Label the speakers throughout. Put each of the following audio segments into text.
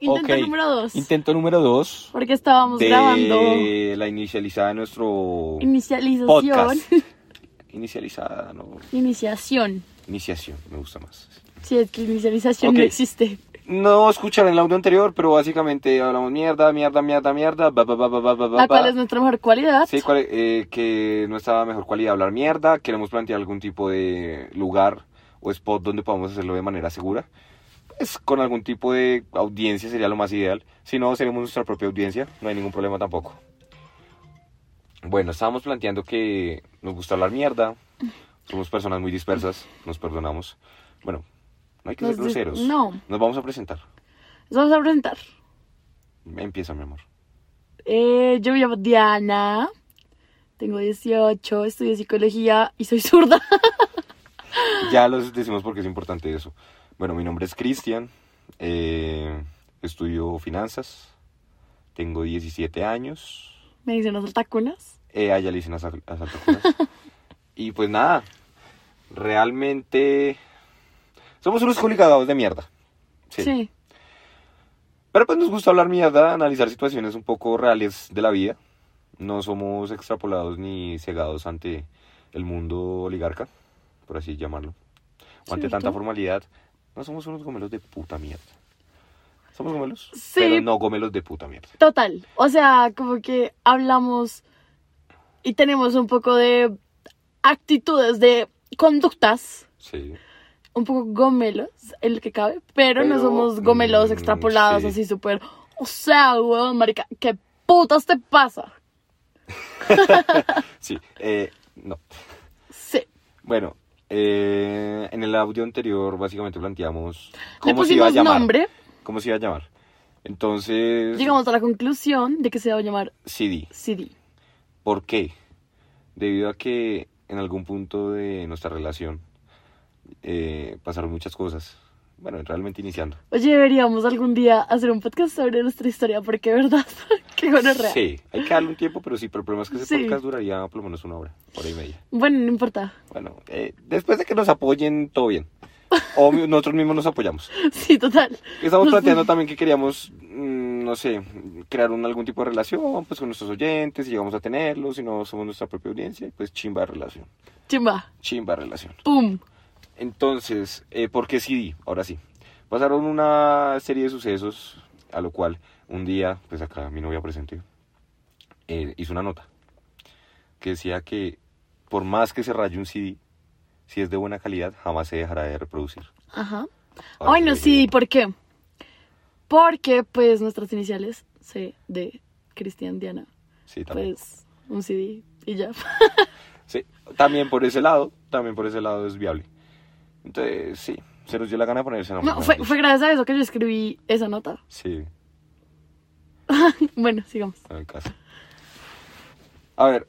Speaker 1: Intento
Speaker 2: Ok.
Speaker 1: número dos.
Speaker 2: Pues, Intento número 2
Speaker 1: porque estábamos
Speaker 2: de
Speaker 1: grabando
Speaker 2: la inicializada de nuestro
Speaker 1: inicialización.
Speaker 2: podcast. Inicializada, no.
Speaker 1: Iniciación.
Speaker 2: Iniciación, me gusta más.
Speaker 1: Si es que inicialización
Speaker 2: Ok.
Speaker 1: no existe.
Speaker 2: No escucharon el audio anterior, pero básicamente hablamos mierda, mierda, mierda, mierda. Ba, ba, ba, ba, ba, ba, ba.
Speaker 1: ¿A cuál es nuestra mejor cualidad?
Speaker 2: Sí, cuál- eh, que nuestra mejor cualidad hablar mierda. Queremos plantear algún tipo de lugar o spot donde podamos hacerlo de manera segura. Pues con algún tipo de audiencia sería lo más ideal. Si no, seremos nuestra propia audiencia. No hay ningún problema tampoco. Bueno, estábamos planteando que nos gusta hablar mierda. Somos personas muy dispersas. Nos perdonamos. Bueno, no hay que
Speaker 1: Nos
Speaker 2: ser
Speaker 1: dis-
Speaker 2: groseros.
Speaker 1: no.
Speaker 2: Nos vamos a presentar.
Speaker 1: Vamos a presentar.
Speaker 2: Empieza, mi amor.
Speaker 1: Eh, yo me llamo Diana. Tengo 18, estudio psicología y soy zurda.
Speaker 2: Ya los decimos porque es importante eso. Bueno, mi nombre es Cristian, eh, estudio finanzas, tengo 17 años,
Speaker 1: Me dicen las altacunas.
Speaker 2: eh, allá le dicen las al- las altacunas. y pues nada, realmente somos unos coligados de mierda. Sí. Pero pues nos gusta hablar mierda, analizar situaciones un poco reales de la vida. No somos extrapolados ni cegados ante el mundo oligarca, por así llamarlo. O ante
Speaker 1: ¿Cierto?
Speaker 2: tanta formalidad. No somos unos gomelos de puta mierda. ¿Somos gomelos?
Speaker 1: Sí.
Speaker 2: Pero no gomelos de puta mierda.
Speaker 1: Total. O sea, como que hablamos y tenemos un poco de actitudes, de conductas,
Speaker 2: Sí.
Speaker 1: un poco gomelos, en lo que cabe, pero, no
Speaker 2: Pero,
Speaker 1: somos gomelos
Speaker 2: mm,
Speaker 1: extrapolados
Speaker 2: sí.
Speaker 1: así súper. O sea, weón, marica, ¿qué putas te pasa?
Speaker 2: Sí. eh, no.
Speaker 1: Sí.
Speaker 2: Bueno, eh, en el audio anterior básicamente planteamos
Speaker 1: Le
Speaker 2: cómo se iba a
Speaker 1: pusimos
Speaker 2: llamar.
Speaker 1: nombre,
Speaker 2: ¿Cómo se iba a llamar? Entonces,
Speaker 1: llegamos a la conclusión de que se iba a llamar
Speaker 2: CD.
Speaker 1: CD.
Speaker 2: ¿Por qué? Debido a que en algún punto de nuestra relación eh, pasaron muchas cosas. Bueno, realmente iniciando.
Speaker 1: Oye, deberíamos algún día hacer un podcast sobre nuestra historia, porque verdad, qué bueno real.
Speaker 2: Sí, hay que darle un tiempo, pero sí, pero el problema es que ese
Speaker 1: Sí.
Speaker 2: podcast duraría por lo menos una hora, hora y media.
Speaker 1: Bueno, no importa.
Speaker 2: Bueno, eh, después de que nos apoyen, todo bien. O mi- nosotros mismos nos apoyamos.
Speaker 1: Sí, total.
Speaker 2: Estamos
Speaker 1: Nos-
Speaker 2: planteando también que queríamos, mm, no sé, crear un, algún tipo de relación pues con nuestros oyentes, si llegamos a tenerlos, si no somos nuestra propia audiencia, pues chimba de relación,
Speaker 1: Chimba,
Speaker 2: chimba de relación.
Speaker 1: pum.
Speaker 2: Entonces, eh, ¿por qué CD? Ahora sí. Pasaron una serie de sucesos, a lo cual un día, pues acá mi novia presente, eh, hizo una nota que decía que por más que se raye un CD, si es de buena calidad, jamás se dejará de reproducir.
Speaker 1: Ajá.
Speaker 2: Ahora
Speaker 1: Ay, no,
Speaker 2: lo dije
Speaker 1: sí,
Speaker 2: bien.
Speaker 1: ¿por qué? Porque, pues, nuestras iniciales C de Cristian Diana.
Speaker 2: Sí, también.
Speaker 1: Pues, un CD y ya.
Speaker 2: Sí, también por ese lado, también por ese lado es viable. Entonces, sí, se nos dio la gana de ponerse nombre,
Speaker 1: No, fue, fue gracias a eso que yo escribí esa nota.
Speaker 2: Sí.
Speaker 1: Bueno, sigamos.
Speaker 2: en el caso. A ver,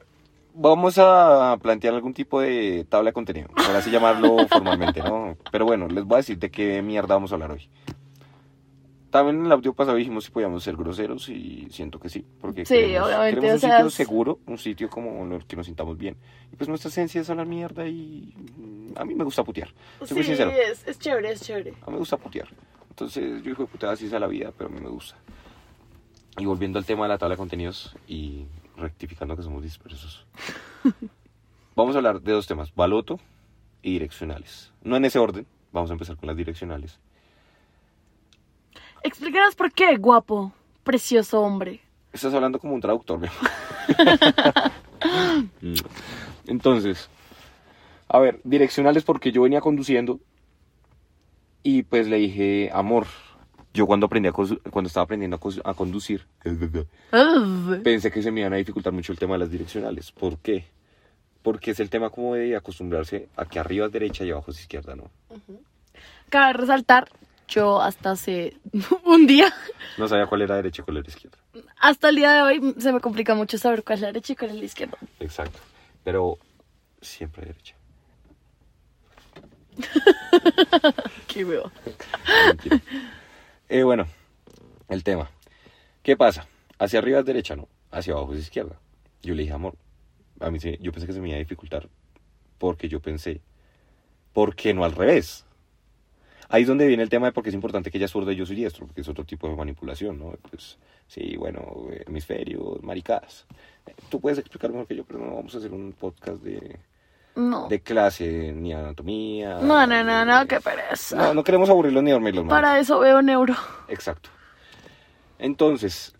Speaker 2: vamos a plantear algún tipo de tabla de contenido, por así llamarlo formalmente, ¿no? Pero bueno, les voy a decir de qué mierda vamos a hablar hoy. También en el audio pasado dijimos si podíamos ser groseros y siento que sí, porque
Speaker 1: Sí,
Speaker 2: queremos,
Speaker 1: obviamente,
Speaker 2: queremos
Speaker 1: o
Speaker 2: un
Speaker 1: sea,
Speaker 2: sitio
Speaker 1: es-
Speaker 2: seguro, un sitio como en el que nos sintamos bien. Y pues nuestra esencia es hablar mierda y mm, a mí me gusta putear. Soy muy sincero.
Speaker 1: es, es chévere, es chévere.
Speaker 2: A mí me gusta putear. Entonces, yo hijo de puta, así es la vida, pero a mí me gusta. Y volviendo al tema de la tabla de contenidos y rectificando que somos dispersos. vamos a hablar de dos temas, baloto y direccionales. No en ese orden, vamos a empezar con las direccionales.
Speaker 1: Explícanos por qué, guapo, precioso hombre.
Speaker 2: Estás hablando como un traductor, mi amor. Entonces, a ver, direccionales porque yo venía conduciendo y pues le dije, amor, yo cuando aprendí a condu- cuando estaba aprendiendo a, cos- a conducir,
Speaker 1: Ugh.
Speaker 2: pensé que se me iban a dificultar mucho el tema de las direccionales. ¿Por qué? Porque es el tema como de acostumbrarse a que arriba es derecha y abajo es izquierda, ¿no?
Speaker 1: Cabe resaltar, yo hasta hace un día,
Speaker 2: No sabía cuál era derecha y cuál era izquierda.
Speaker 1: hasta el día de hoy, se me complica mucho saber cuál es la derecha y cuál es la izquierda.
Speaker 2: Exacto. Pero siempre derecha.
Speaker 1: Qué huevo.
Speaker 2: Mentira. Eh, bueno, el tema. ¿Qué pasa? Hacia arriba es derecha, ¿no? Hacia abajo es izquierda. Yo le dije, amor, a mí se- yo pensé que se me iba a dificultar porque yo pensé, ¿por qué no al revés? Ahí es donde viene el tema de por qué es importante que ella es zurda y yo soy diestro, porque es otro tipo de manipulación, ¿no? Pues, sí, bueno, hemisferios, maricadas. Eh, Tú puedes explicar mejor que yo, pero no vamos a hacer un podcast de,
Speaker 1: No.
Speaker 2: de clase, ni anatomía.
Speaker 1: No, no, no, no,
Speaker 2: ni-
Speaker 1: qué pereza.
Speaker 2: No, no queremos aburrirlos ni dormirlos, man.
Speaker 1: Para eso veo neuro.
Speaker 2: Exacto. Entonces,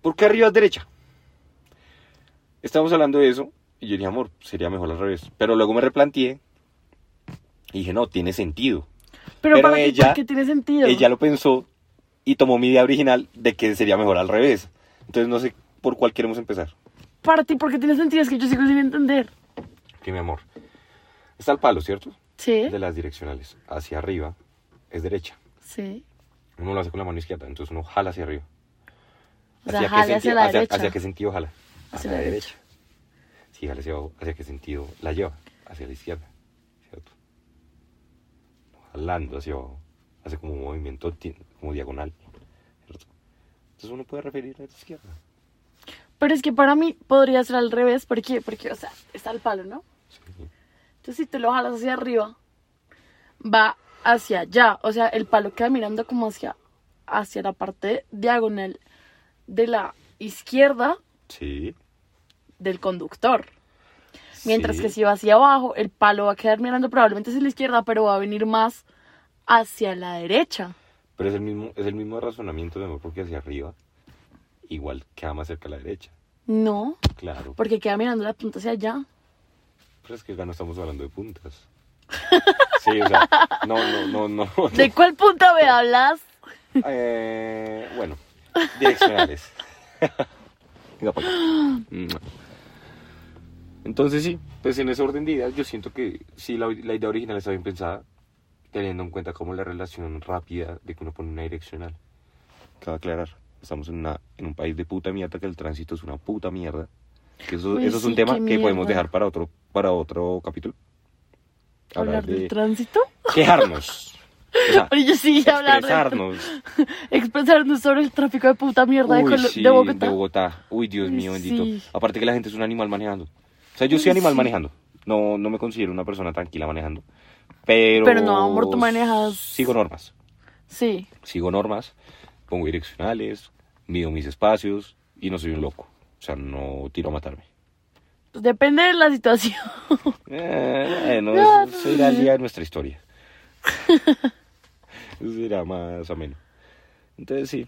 Speaker 2: ¿por qué arriba es derecha? Estábamos hablando de eso y yo dije, amor, sería mejor al revés. Pero luego me replanteé y dije, no, tiene sentido.
Speaker 1: Pero,
Speaker 2: Pero
Speaker 1: para qué-
Speaker 2: ella-
Speaker 1: ¿por qué tiene sentido.
Speaker 2: Ella lo pensó y tomó mi idea original de que sería mejor al revés. Entonces no sé por cuál queremos empezar.
Speaker 1: Para ti, ¿por qué tiene sentido? Es que yo sigo sin entender.
Speaker 2: Que mi amor. Está el palo, ¿cierto?
Speaker 1: Sí.
Speaker 2: De las direccionales. Hacia arriba es derecha.
Speaker 1: Sí.
Speaker 2: Uno lo hace con la mano izquierda, entonces uno jala hacia arriba.
Speaker 1: O sea,
Speaker 2: ¿Hacia qué
Speaker 1: jale hacia
Speaker 2: sentido-
Speaker 1: la
Speaker 2: hacia-
Speaker 1: derecha.
Speaker 2: hacia qué sentido jala?
Speaker 1: Hacia la derecha.
Speaker 2: Sí, jala hacia abajo. ¿Hacia qué sentido la lleva? Hacia la izquierda, ¿cierto? Jalando hacia abajo. Hace como un movimiento ti- como diagonal, ¿cierto? Entonces uno puede referir a la izquierda.
Speaker 1: Pero es que para mí podría ser al revés. ¿Por qué? Porque, o sea, está el palo, ¿no?
Speaker 2: Sí.
Speaker 1: Entonces, si tú lo jalas hacia arriba, va hacia allá. O sea, el palo queda mirando como hacia, hacia la parte diagonal de la izquierda
Speaker 2: Sí.
Speaker 1: del conductor. Mientras
Speaker 2: Sí.
Speaker 1: que si va hacia abajo, el palo va a quedar mirando probablemente hacia la izquierda, pero va a venir más hacia la derecha.
Speaker 2: Pero es el mismo, es el mismo razonamiento de amor porque hacia arriba igual queda más cerca a la derecha.
Speaker 1: No,
Speaker 2: Claro.
Speaker 1: porque queda mirando la punta hacia allá.
Speaker 2: Pero es que acá no estamos hablando de puntas. Sí, o sea, no, no, no, no. no.
Speaker 1: ¿De cuál punta me hablas?
Speaker 2: Eh, bueno, direccionales. Venga pa' acá. Mua. Entonces sí, pues en ese orden de ideas yo siento que sí, la, la idea original está bien pensada, teniendo en cuenta como la relación rápida de que uno pone una direccional. Cabe aclarar, estamos en, una, en un país de puta mierda que el tránsito es una puta mierda. Que eso,
Speaker 1: Uy,
Speaker 2: eso
Speaker 1: Pues
Speaker 2: es
Speaker 1: sí,
Speaker 2: un tema
Speaker 1: qué
Speaker 2: que podemos
Speaker 1: mierda.
Speaker 2: dejar para otro, para otro capítulo.
Speaker 1: ¿Hablar del tránsito?
Speaker 2: quejarnos. O sea,
Speaker 1: Pero yo sí hablar del tránsito.
Speaker 2: expresarnos.
Speaker 1: Expresarnos sobre el tráfico de puta mierda de,
Speaker 2: Uy,
Speaker 1: Colo-
Speaker 2: sí,
Speaker 1: de Bogotá.
Speaker 2: de Bogotá. Uy, Dios mío,
Speaker 1: Uy,
Speaker 2: bendito.
Speaker 1: sí.
Speaker 2: Aparte que la gente es un animal manejando. O sea, yo soy
Speaker 1: Uy,
Speaker 2: animal
Speaker 1: sí.
Speaker 2: manejando. No, no me considero una persona tranquila manejando. Pero...
Speaker 1: Pero no, amor, tú manejas-
Speaker 2: Sigo normas.
Speaker 1: Sí.
Speaker 2: Sigo normas. Pongo direccionales. Mido mis espacios. Y no soy un loco. O sea, no tiro a matarme.
Speaker 1: pues Depende de la situación.
Speaker 2: Eh, bueno,
Speaker 1: No,
Speaker 2: eso será el día de nuestra historia. Eso será más ameno. Entonces sí,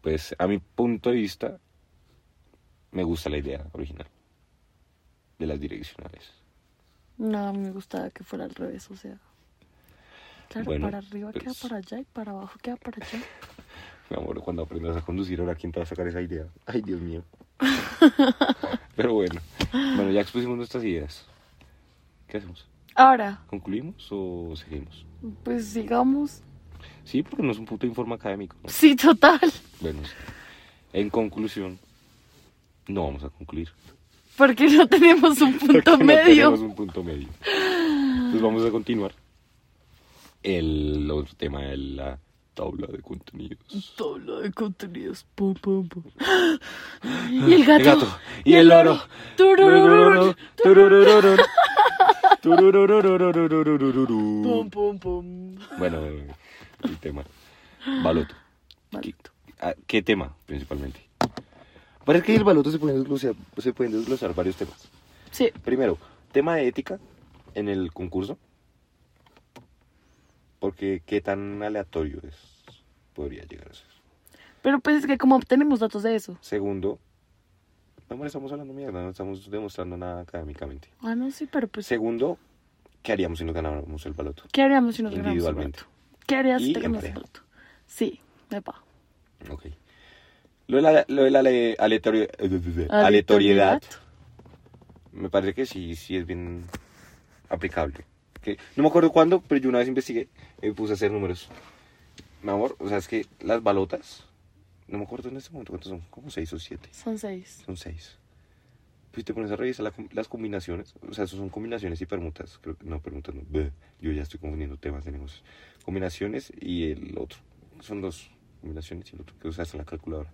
Speaker 2: pues a mi punto de vista, me gusta la idea original de las direccionales.
Speaker 1: No, a mí me gustaba que fuera al revés, o sea. Claro,
Speaker 2: Bueno,
Speaker 1: para arriba queda
Speaker 2: pues.
Speaker 1: para allá y para abajo queda para allá.
Speaker 2: Mi amor, cuando aprendas a conducir, ahora quién te va a sacar esa idea. Ay, Dios mío. Pero bueno, bueno, ya expusimos nuestras ideas. ¿Qué hacemos?
Speaker 1: Ahora,
Speaker 2: ¿Concluimos o seguimos?
Speaker 1: pues sigamos.
Speaker 2: Sí, porque no es un punto de informe académico. ¿no?
Speaker 1: Sí, total.
Speaker 2: Bueno, sí. en conclusión, no vamos a concluir.
Speaker 1: Porque no tenemos un punto
Speaker 2: porque no
Speaker 1: medio.
Speaker 2: tenemos un punto medio. Entonces vamos a continuar el otro tema de la tabla de contenidos.
Speaker 1: Tabla de contenidos. Pum, pum, pum. Y el gato.
Speaker 2: El gato y el loro.
Speaker 1: Tururururur.
Speaker 2: Tururururur. Tururururururururururururu.
Speaker 1: Pum, pum, pum.
Speaker 2: Bueno, el tema. Baloto.
Speaker 1: Maldito.
Speaker 2: Ah, ¿Qué tema principalmente? Parece que el baloto se pueden desglosar, se pueden desglosar varios temas.
Speaker 1: Sí,
Speaker 2: Primero, tema de ética en el concurso. Porque qué tan aleatorio es. Podría llegar a ser.
Speaker 1: pero pues es que como obtenemos datos de eso.
Speaker 2: Segundo, no no estamos hablando mierda, no estamos demostrando nada académicamente.
Speaker 1: Ah, no, sí, pero pues.
Speaker 2: Segundo, ¿qué haríamos si nos ganáramos el baloto?
Speaker 1: ¿Qué haríamos si nos ganamos el
Speaker 2: Individualmente.
Speaker 1: voto? ¿Qué harías
Speaker 2: Y
Speaker 1: si te
Speaker 2: en
Speaker 1: ganas el
Speaker 2: pareja.
Speaker 1: voto? Sí, me pa.
Speaker 2: Ok. Lo de la, lo de la ale- aleatorio- aleatoriedad, me parece que sí, sí es bien aplicable. Que, no me acuerdo cuándo, pero yo una vez investigué y me puse a hacer números. Mi amor, o sea, es que las balotas, no me acuerdo en este momento cuántas son, como seis o siete.
Speaker 1: Son seis.
Speaker 2: Son seis. Pues te pones a revisar la com- las combinaciones. O sea, eso son combinaciones y permutas. Creo que- no, permutas no. Bleh. Yo ya estoy confundiendo temas de negocios. Combinaciones y el otro. Son dos. Combinaciones y el otro que usas en la calculadora.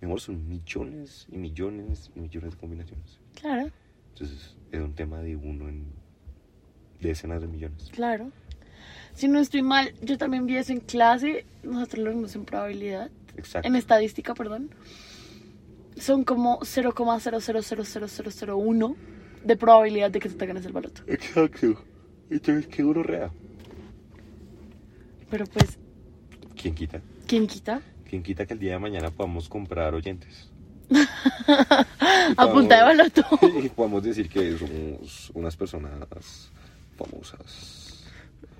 Speaker 2: Mi amor, son millones y millones y millones de combinaciones.
Speaker 1: Claro,
Speaker 2: Entonces, es un tema de uno en decenas de millones.
Speaker 1: claro. Si no estoy mal, yo también vi eso en clase. Nosotros lo vimos en probabilidad.
Speaker 2: Exacto.
Speaker 1: En estadística, perdón. Son como 0,000001 de probabilidad de que tú te ganes el baloto.
Speaker 2: Exacto. Entonces, qué uno rea.
Speaker 1: Pero pues,
Speaker 2: ¿Quién quita?
Speaker 1: ¿quién quita?
Speaker 2: ¿Quién quita que el día de mañana podamos comprar oyentes?
Speaker 1: A punta de baloto.
Speaker 2: Y podamos decir que somos unas personas famosas.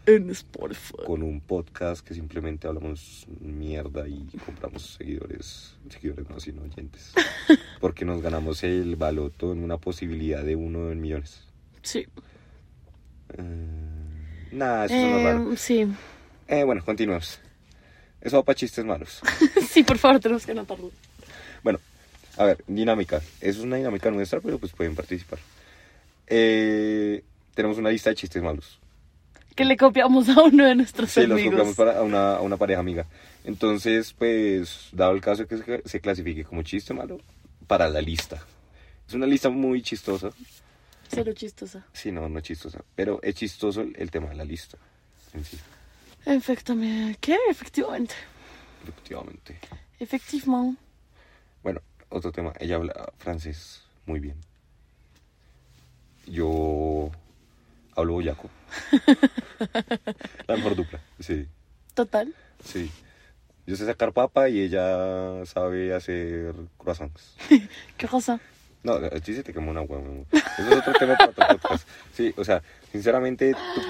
Speaker 1: En Spotify.
Speaker 2: Con un podcast que simplemente hablamos mierda y compramos seguidores. Seguidores no, sino oyentes. Porque nos ganamos el baloto en una posibilidad de uno en millones.
Speaker 1: Sí.
Speaker 2: Eh, Nada, eso es
Speaker 1: Eh,
Speaker 2: raro.
Speaker 1: sí.
Speaker 2: Eh, bueno, continuemos. Eso va para chistes malos.
Speaker 1: sí, por favor, tenemos que anotarlo.
Speaker 2: Bueno, a ver, dinámica. Es una dinámica nuestra, pero pues pueden participar. Eh, tenemos una lista de chistes malos.
Speaker 1: Que le copiamos a uno de nuestros
Speaker 2: Se los
Speaker 1: amigos.
Speaker 2: compramos para a una, a una pareja amiga. Entonces, pues, dado el caso que se, se clasifique como chiste malo, para la lista. Es una lista muy chistosa.
Speaker 1: Cero chistosa.
Speaker 2: Sí, no, no chistosa. Pero es chistoso el, el tema de la lista. En sí,
Speaker 1: Efectivamente. ¿Qué? Efectivamente.
Speaker 2: efectivamente.
Speaker 1: Efectivamente.
Speaker 2: Bueno, otro tema. Ella habla francés muy bien. Yo hablo boyaco. La mejor dupla. Sí,
Speaker 1: Total.
Speaker 2: sí. Yo sé sacar papa y ella sabe hacer croissants.
Speaker 1: ¿Qué cosa?
Speaker 2: No, a ti se te quemó una hueá, mi amor. Eso es otro tema para otro podcast. Sí, o sea, sinceramente, tú,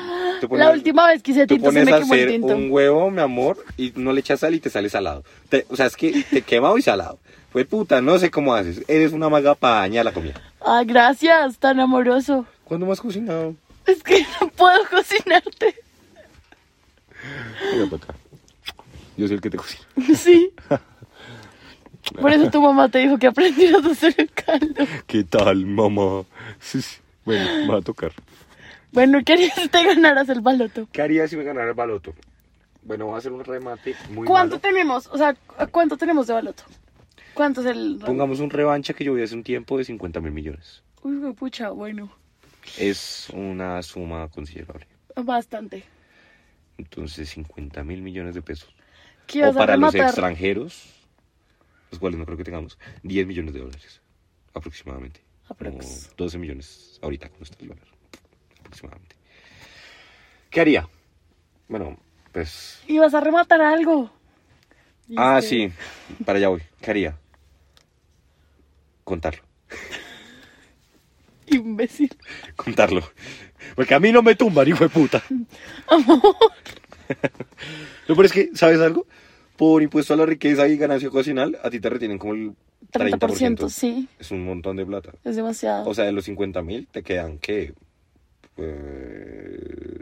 Speaker 2: tú pones,
Speaker 1: La última vez que hice
Speaker 2: tú
Speaker 1: tinto se
Speaker 2: pones
Speaker 1: me
Speaker 2: a
Speaker 1: quemó el
Speaker 2: hacer
Speaker 1: tinto.
Speaker 2: un huevo, mi amor, y no le echas sal y te sale salado. Te- o sea, es que te quema y salado. Fue puta, no sé cómo haces. Eres una maga para dañar la comida.
Speaker 1: Ay, Ah, gracias, tan amoroso.
Speaker 2: ¿Cuándo más cocinado?
Speaker 1: Es que no puedo cocinarte.
Speaker 2: Mira para acá. Yo soy el que te cocina.
Speaker 1: Sí. Por eso tu mamá te dijo que aprendieras a hacer el caldo.
Speaker 2: ¿Qué tal, mamá? Sí, sí. Bueno, me va a tocar.
Speaker 1: Bueno, querías que te ganaras el baloto.
Speaker 2: ¿Qué haría si me ganara el baloto? Bueno, va a hacer un remate muy
Speaker 1: ¿Cuánto
Speaker 2: malo.
Speaker 1: tenemos? O sea, ¿cu- ¿cuánto tenemos de baloto? ¿Cuánto es el...?
Speaker 2: Pongamos un revancha que yo vi hace un tiempo de 50 mil millones.
Speaker 1: Uy, güey, pucha, bueno.
Speaker 2: Es una suma considerable.
Speaker 1: Bastante.
Speaker 2: Entonces, 50 mil millones de pesos.
Speaker 1: ¿Qué
Speaker 2: o
Speaker 1: vas a
Speaker 2: para los
Speaker 1: rematar?
Speaker 2: extranjeros, los cuales no creo que tengamos, 10 millones de dólares aproximadamente.
Speaker 1: Aprox.
Speaker 2: Como 12 millones ahorita, como está el dólar. Aproximadamente. ¿Qué haría? Bueno, pues.
Speaker 1: Y vas a rematar algo.
Speaker 2: Ah,
Speaker 1: ¿Viste?
Speaker 2: sí, para allá voy. ¿Qué haría? Contarlo.
Speaker 1: Imbécil.
Speaker 2: Contarlo. Porque a mí no me tumban, hijo de puta.
Speaker 1: Amor.
Speaker 2: Lo peor es que, ¿sabes algo? Por impuesto a la riqueza y ganancia ocasional, a ti te retienen como el
Speaker 1: 30%,
Speaker 2: 30%.
Speaker 1: sí.
Speaker 2: Es un montón de plata.
Speaker 1: Es demasiado.
Speaker 2: O sea, de los 50 mil te quedan que.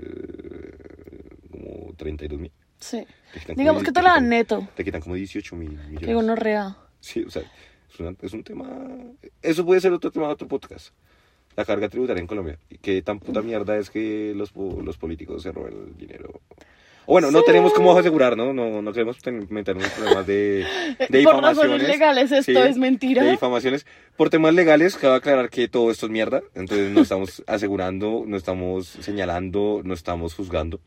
Speaker 2: Eh, como 32 mil.
Speaker 1: sí.
Speaker 2: Te quitan como
Speaker 1: Digamos
Speaker 2: die-
Speaker 1: que te la dan
Speaker 2: quitan-
Speaker 1: neto.
Speaker 2: Te quitan como 18 mil millones.
Speaker 1: Digo, no rea.
Speaker 2: Sí, o sea, es, una- es un tema. Eso puede ser otro tema de otro podcast. La carga tributaria en Colombia. Y Que tan puta mierda es que los, po- los políticos se roban el dinero. O bueno, no tenemos cómo asegurar, ¿no? No, no queremos ten- meternos en problemas de, de
Speaker 1: Por razones
Speaker 2: difamaciones.
Speaker 1: legales, esto es mentira.
Speaker 2: De difamaciones. Por temas legales, cabe aclarar que todo esto es mierda. Entonces no estamos asegurando, no estamos señalando, no estamos juzgando.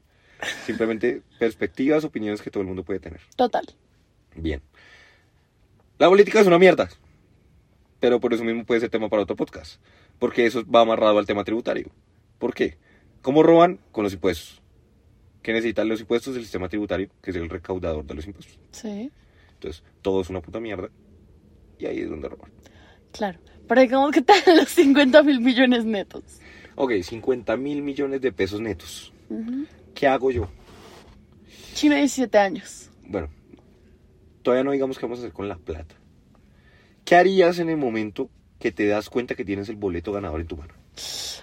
Speaker 2: Simplemente perspectivas, opiniones que todo el mundo puede tener.
Speaker 1: Total.
Speaker 2: Bien. La política es una mierda. Pero por eso mismo puede ser tema para otro podcast. Porque eso va amarrado al tema tributario. ¿Por qué? ¿Cómo roban? Con los impuestos. ¿Qué necesitan los impuestos? El sistema tributario, que es el recaudador de los impuestos.
Speaker 1: Sí,
Speaker 2: Entonces, todo es una puta mierda. Y ahí es donde roban.
Speaker 1: claro. Pero digamos que te dan los 50 mil millones netos.
Speaker 2: Ok, 50 mil millones de pesos netos.
Speaker 1: Ujú.
Speaker 2: ¿Qué hago yo?
Speaker 1: Chino, 17 años.
Speaker 2: Bueno, todavía no digamos qué vamos a hacer con la plata. ¿Qué harías en el momento que te das cuenta que tienes el boleto ganador en tu mano?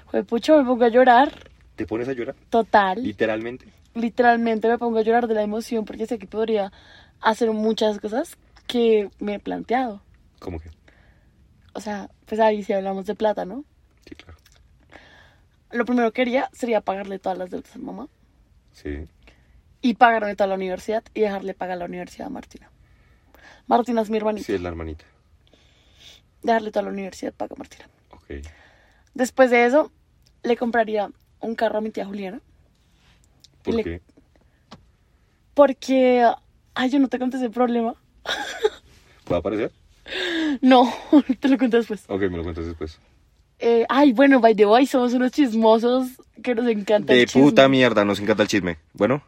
Speaker 1: Juepucha, me pongo a llorar.
Speaker 2: ¿Te pones a llorar?
Speaker 1: Total.
Speaker 2: Literalmente.
Speaker 1: Literalmente me pongo a llorar de la emoción porque sé que podría hacer muchas cosas que me he planteado.
Speaker 2: ¿Cómo que?
Speaker 1: O sea, pues ahí sí hablamos de plata, ¿no?
Speaker 2: Sí, claro.
Speaker 1: Lo primero que haría sería pagarle todas las deudas a mamá
Speaker 2: Sí.
Speaker 1: y pagarme toda la universidad y dejarle pagar la universidad a Martina. Martina es mi hermanita.
Speaker 2: Sí, es la hermanita.
Speaker 1: Dejarle toda la universidad paga Martina.
Speaker 2: Ok.
Speaker 1: Después de eso, le compraría un carro a mi tía Juliana.
Speaker 2: ¿Por
Speaker 1: Le-
Speaker 2: qué?
Speaker 1: Porque. Ay, yo no te conté ese problema.
Speaker 2: ¿Va a aparecer?
Speaker 1: No, te lo conté después.
Speaker 2: Ok, me lo cuentas después.
Speaker 1: Eh, ay, bueno, by the way, somos unos chismosos que nos encanta el
Speaker 2: De
Speaker 1: chisme.
Speaker 2: puta mierda, nos encanta el chisme. Bueno,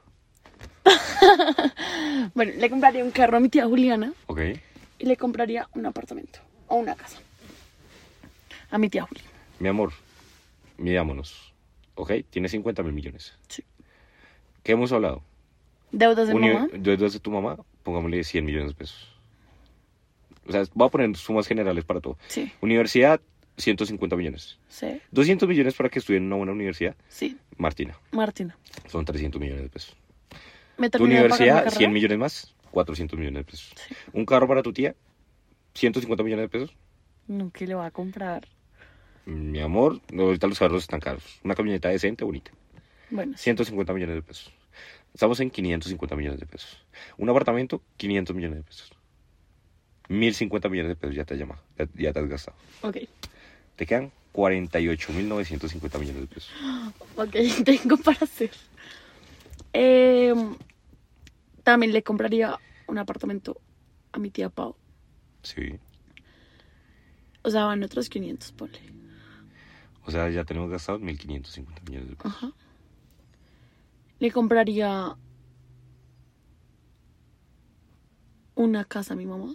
Speaker 1: Bueno, le compraría un carro a mi tía Juliana
Speaker 2: ok.
Speaker 1: y le compraría un apartamento o una casa. A mi tía Juliana.
Speaker 2: Mi amor, midámonos. Ok, tiene 50 mil millones.
Speaker 1: Sí.
Speaker 2: ¿Qué hemos hablado?
Speaker 1: Deudas de
Speaker 2: Uni-
Speaker 1: mamá.
Speaker 2: Deudas de tu mamá, pongámosle 100 millones de pesos. O sea, voy a poner sumas generales para todo.
Speaker 1: Sí,
Speaker 2: Universidad, 150 millones.
Speaker 1: sí,
Speaker 2: 200 millones para que estudien en una buena universidad.
Speaker 1: sí.
Speaker 2: Martina,
Speaker 1: Martina.
Speaker 2: son 300 millones de pesos.
Speaker 1: Me
Speaker 2: Tu
Speaker 1: terminé de pagar la
Speaker 2: universidad,
Speaker 1: carrera.
Speaker 2: 100 millones más, 400 millones de pesos. Un carro para tu tía, 150 millones de pesos.
Speaker 1: No, ¿qué le va a comprar?
Speaker 2: Mi amor, ahorita los carros están caros. Una camioneta decente, bonita.
Speaker 1: Bueno, sí.
Speaker 2: 150 millones de pesos. Estamos en 550 millones de pesos. Un apartamento, 500 millones de pesos. 1050 millones de pesos ya te has llamado, ya, ya te has gastado.
Speaker 1: Ok.
Speaker 2: Te quedan 48.950 millones de pesos.
Speaker 1: Ok, tengo para hacer. Eh, también le compraría un apartamento a mi tía Pau.
Speaker 2: Sí.
Speaker 1: O sea, van otros 500, ponle.
Speaker 2: O sea, ya tenemos gastados 1.550 millones de pesos.
Speaker 1: Ajá. Le compraría una casa a mi mamá.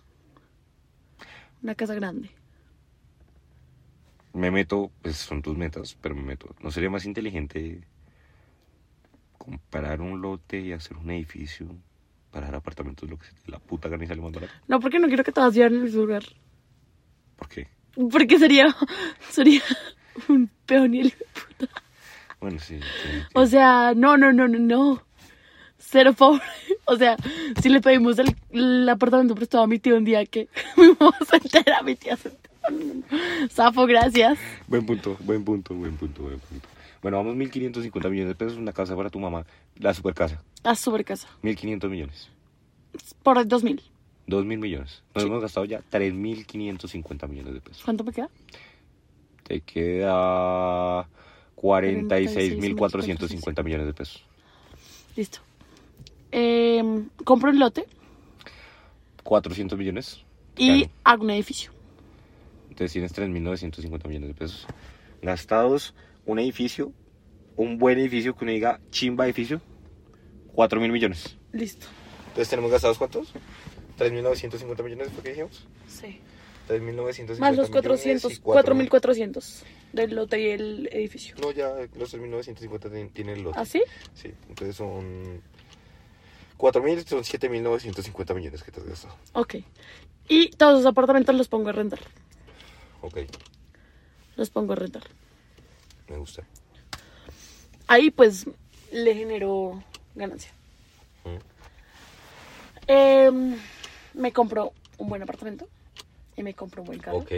Speaker 1: Una casa grande.
Speaker 2: Me meto, pues son tus metas, pero me meto. ¿No sería más inteligente comprar un lote y hacer un edificio para dar apartamentos, lo que se la puta gana y sale más barato?
Speaker 1: No, porque no quiero que todas vivan en el mismo lugar.
Speaker 2: ¿Por qué?
Speaker 1: Porque sería, sería un peón y el...
Speaker 2: Bueno, sí. sí, sí.
Speaker 1: O sea, no, no, no, no, no. Cero pobre. O sea, si le pedimos el, el apartamento prestado a mi tío un día que mi mamá se entera, mi tía se entera. Safo, gracias.
Speaker 2: Buen punto, buen punto, buen punto, buen punto. Bueno, vamos 1.550 millones de pesos, una casa para tu mamá, la super casa,
Speaker 1: A super casa.
Speaker 2: 1.500 millones,
Speaker 1: Por 2000.
Speaker 2: 2.000 millones. Nos
Speaker 1: Sí.
Speaker 2: hemos gastado ya 3.550 millones de pesos.
Speaker 1: ¿Cuánto me queda?
Speaker 2: Te queda 46.450 millones de pesos.
Speaker 1: Listo. Eh, compro un lote
Speaker 2: 400 millones.
Speaker 1: y
Speaker 2: Claro.
Speaker 1: hago un edificio.
Speaker 2: Entonces tienes 3.950 millones de pesos. Gastados, un edificio, un buen edificio que uno diga chimba edificio, 4.000 millones.
Speaker 1: Listo.
Speaker 2: Entonces tenemos gastados cuántos? 3.950 millones, ¿por qué dijimos?
Speaker 1: Sí.
Speaker 2: 3.950
Speaker 1: Más los
Speaker 2: millones y
Speaker 1: 400,
Speaker 2: 4.000.
Speaker 1: 4400 del lote y el edificio.
Speaker 2: No, ya los 3.950 tienen- tienen el lote.
Speaker 1: ¿Así?
Speaker 2: Sí, entonces son 4.000, son 7.950 millones que te has gastado.
Speaker 1: Ok. Y todos los apartamentos los pongo a rentar.
Speaker 2: Ok,
Speaker 1: Los pongo a rentar.
Speaker 2: me gusta.
Speaker 1: ahí pues le generó ganancia.
Speaker 2: Mm.
Speaker 1: Em, me compró un buen apartamento y me compró un buen carro.
Speaker 2: Ok,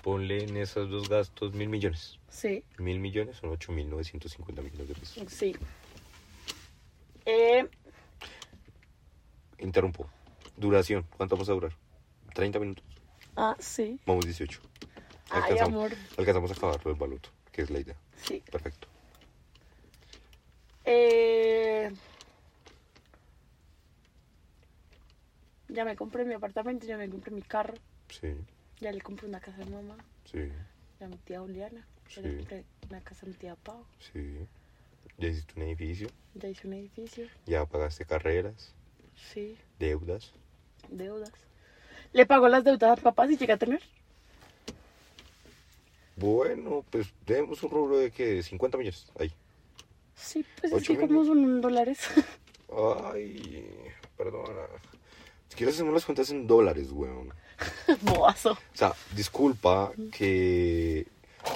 Speaker 2: ponle en esos dos gastos mil millones.
Speaker 1: Sí,
Speaker 2: Mil millones son 8.950 millones de pesos.
Speaker 1: sí. Em,
Speaker 2: Interrumpo. Duración, ¿cuánto vamos a durar? 30 minutos.
Speaker 1: ah, sí.
Speaker 2: Vamos 18.
Speaker 1: Ay, amor.
Speaker 2: alcanzamos a acabarlo en baluto, que es la idea.
Speaker 1: Sí.
Speaker 2: Perfecto.
Speaker 1: Eh, ya me compré mi apartamento, ya me compré mi carro,
Speaker 2: Sí,
Speaker 1: ya le compré una casa a mi mamá,
Speaker 2: sí,
Speaker 1: ya a mi tía Juliana, ya le
Speaker 2: Sí.
Speaker 1: compré una casa a mi tía Pau,
Speaker 2: sí. Ya hiciste un edificio,
Speaker 1: ya hice un edificio,
Speaker 2: ya pagaste carreras,
Speaker 1: sí.
Speaker 2: deudas.
Speaker 1: Deudas. ¿Le pagó las deudas a papá si llega a tener?
Speaker 2: Bueno, pues tenemos un rubro de que 50 millones. Ahí.
Speaker 1: Sí, pues es
Speaker 2: Ocho
Speaker 1: que como
Speaker 2: mil.
Speaker 1: son dólares.
Speaker 2: Ay, perdona. Si quieres hacemos las cuentas en dólares, weón.
Speaker 1: Boazo.
Speaker 2: O sea, disculpa que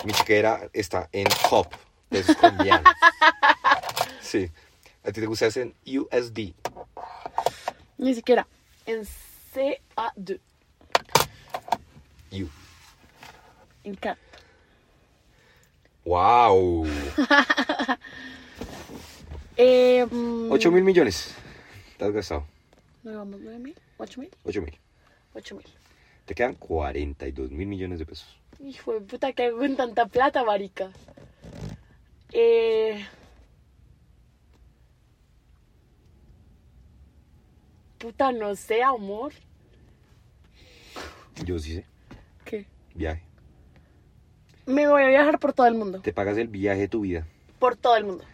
Speaker 2: mi chequera está en hop, pesos colombianos. Sí. A ti te gusta hacer en USD.
Speaker 1: Ni siquiera. En CAD.
Speaker 2: U.
Speaker 1: En CAD.
Speaker 2: ¡Wow!
Speaker 1: Eh, mm,
Speaker 2: 8 mil millones. Te has gastado.
Speaker 1: ¿No vamos 9 mil? ¿8 mil?
Speaker 2: 8 mil.
Speaker 1: 8 mil.
Speaker 2: Te quedan 42 mil millones de pesos.
Speaker 1: Hijo de puta, ¿qué hago con tanta plata, marica? Eh, Puta, no sé, amor.
Speaker 2: Yo sí sé.
Speaker 1: ¿Qué?
Speaker 2: Viaje.
Speaker 1: Me voy a viajar por todo el mundo.
Speaker 2: Te pagas el viaje de tu vida.
Speaker 1: Por todo el mundo.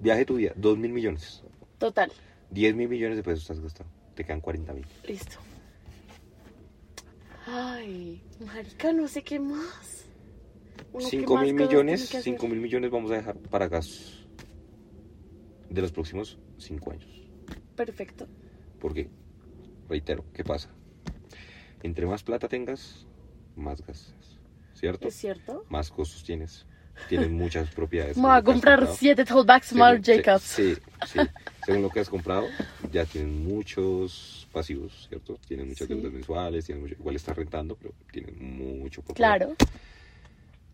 Speaker 2: Viaje de tu vida. Dos mil millones.
Speaker 1: Total.
Speaker 2: 10 mil millones de pesos estás gastado. Te quedan 40 mil.
Speaker 1: Listo. Ay, marica, no sé qué más. Uno, ¿qué
Speaker 2: 5
Speaker 1: más
Speaker 2: mil
Speaker 1: cosas
Speaker 2: millones,
Speaker 1: tiene que
Speaker 2: 5
Speaker 1: hacer?
Speaker 2: mil millones vamos a dejar para gastos de los próximos 5 años.
Speaker 1: Perfecto.
Speaker 2: Porque, reitero, ¿qué pasa? Entre más plata tengas, más gastas. ¿Cierto?
Speaker 1: ¿Es cierto?
Speaker 2: Más costos tienes. Tienes muchas propiedades.
Speaker 1: Me voy a
Speaker 2: según lo que has
Speaker 1: comprar
Speaker 2: comprado.
Speaker 1: 7 totebags Marc
Speaker 2: Según- se-
Speaker 1: Jacobs.
Speaker 2: Sí, sí. Según lo que has comprado, ya tienes muchos pasivos, ¿cierto? Tienes muchas
Speaker 1: Sí.
Speaker 2: deudas mensuales, tienes mucho- igual estás rentando, pero tienes mucho por pagar.
Speaker 1: Claro.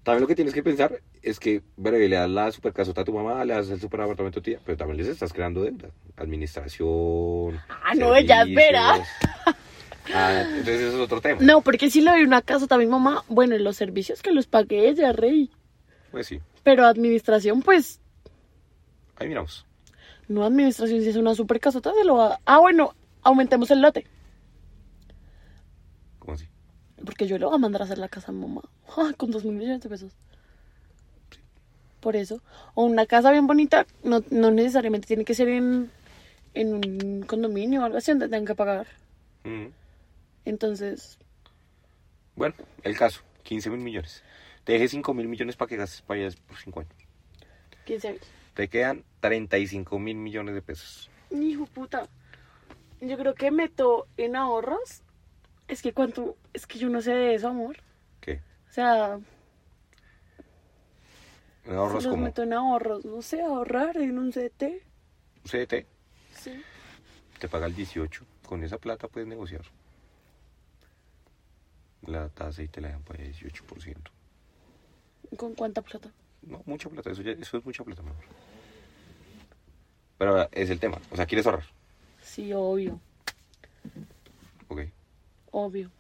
Speaker 2: También lo que tienes que pensar es que, breve, le das la super casota a tu mamá, le das el super apartamento a tu tía, pero también les estás creando deuda. Administración.
Speaker 1: Ah, no, ella
Speaker 2: servicios.
Speaker 1: espera.
Speaker 2: Ah, entonces eso es otro tema.
Speaker 1: No, porque si le doy una casa a mi mamá, bueno, los servicios que los pague ella, rey.
Speaker 2: Pues sí,
Speaker 1: Pero administración, pues,
Speaker 2: ahí miramos.
Speaker 1: no administración, si es una super casota, se lo va Ah, bueno, aumentemos el lote.
Speaker 2: ¿Cómo así?
Speaker 1: Porque yo le voy a mandar a hacer la casa a mi mamá. Ah, con dos mil millones de pesos. Por eso. O una casa bien bonita, no, no necesariamente tiene que ser en, en un condominio o algo así donde tengan que pagar.
Speaker 2: Mm.
Speaker 1: Entonces,
Speaker 2: Bueno, el caso, 15 mil millones. Te dejé 5 mil millones para que gastes para allá por 5 años.
Speaker 1: quién sabe.
Speaker 2: Te quedan 35 mil millones de pesos.
Speaker 1: Hijo puta. Yo creo que meto en ahorros. Es que cuánto. Es que yo no sé de eso, amor.
Speaker 2: ¿Qué?
Speaker 1: O sea,
Speaker 2: ¿En ahorros
Speaker 1: si los
Speaker 2: como
Speaker 1: meto en ahorros. No sé, ahorrar en un CT.
Speaker 2: CDT,
Speaker 1: Sí.
Speaker 2: te paga el 18. Con esa plata puedes negociar. La tasa y te la dan para el 18%.
Speaker 1: ¿Con cuánta plata?
Speaker 2: No, mucha plata, eso, ya- eso es mucha plata, mi amor. Pero ahora es el tema. O sea, ¿quieres ahorrar?
Speaker 1: Sí, obvio.
Speaker 2: Ok.
Speaker 1: Obvio.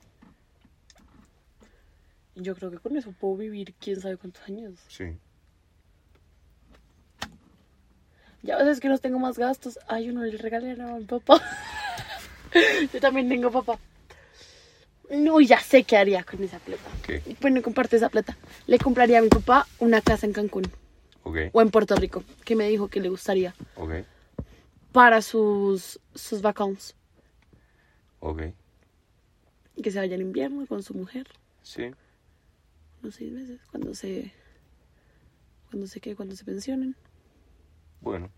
Speaker 1: Yo creo que con eso puedo vivir quién sabe cuántos años.
Speaker 2: Sí.
Speaker 1: Ya a veces que no tengo más gastos. Ay, uno le regalé a mi papá. Yo también tengo papá. No, ya sé qué haría con esa plata.
Speaker 2: ¿Qué?
Speaker 1: Bueno, comparte esa plata. Le compraría a mi papá una casa en Cancún
Speaker 2: Ok.
Speaker 1: o en Puerto Rico, que me dijo que le gustaría
Speaker 2: Ok.
Speaker 1: para sus, sus vacaciones.
Speaker 2: Ok.
Speaker 1: Que se vaya en invierno con su mujer,
Speaker 2: Sí.
Speaker 1: unos seis meses, cuando se. cuando se quede, cuando se pensionen.
Speaker 2: Bueno.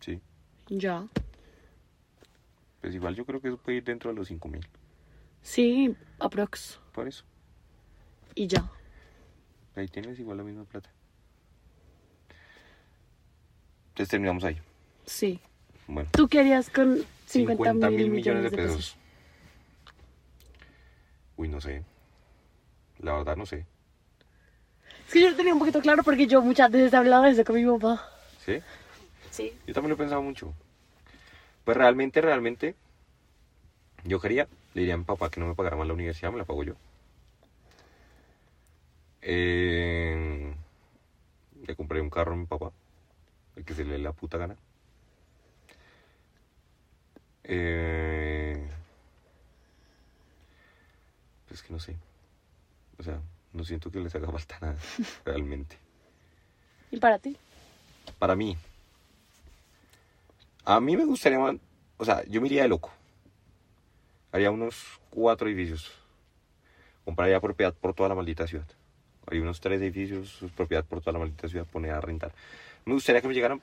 Speaker 2: Sí.
Speaker 1: Ya.
Speaker 2: Pues igual yo creo que eso puede ir dentro de los 5 mil.
Speaker 1: Sí, aprox.
Speaker 2: Por eso.
Speaker 1: Y ya.
Speaker 2: Ahí tienes igual la misma plata. Entonces terminamos ahí.
Speaker 1: Sí.
Speaker 2: Bueno.
Speaker 1: ¿Tú qué harías con 50,
Speaker 2: 50
Speaker 1: mil millones de pesos?
Speaker 2: Uy, no sé. La verdad no sé.
Speaker 1: Es que yo lo tenía un poquito claro porque yo muchas veces he hablado de eso con mi papá.
Speaker 2: ¿Sí?
Speaker 1: Sí.
Speaker 2: Yo también lo he pensado mucho. Pues realmente, realmente, yo quería, le diría a mi papá que no me pagara más la universidad, me la pago yo. Eh, le compré un carro a mi papá, el que se le dé la puta gana. Eh, pues que no sé. O sea, no siento que les haga falta nada, realmente.
Speaker 1: ¿Y para ti?
Speaker 2: Para mí. A mí me gustaría man- O sea, yo me iría de loco. Haría unos cuatro edificios. Compraría propiedad por toda la maldita ciudad. Haría unos tres edificios, propiedad por toda la maldita ciudad, poner a rentar. Me gustaría que me llegaran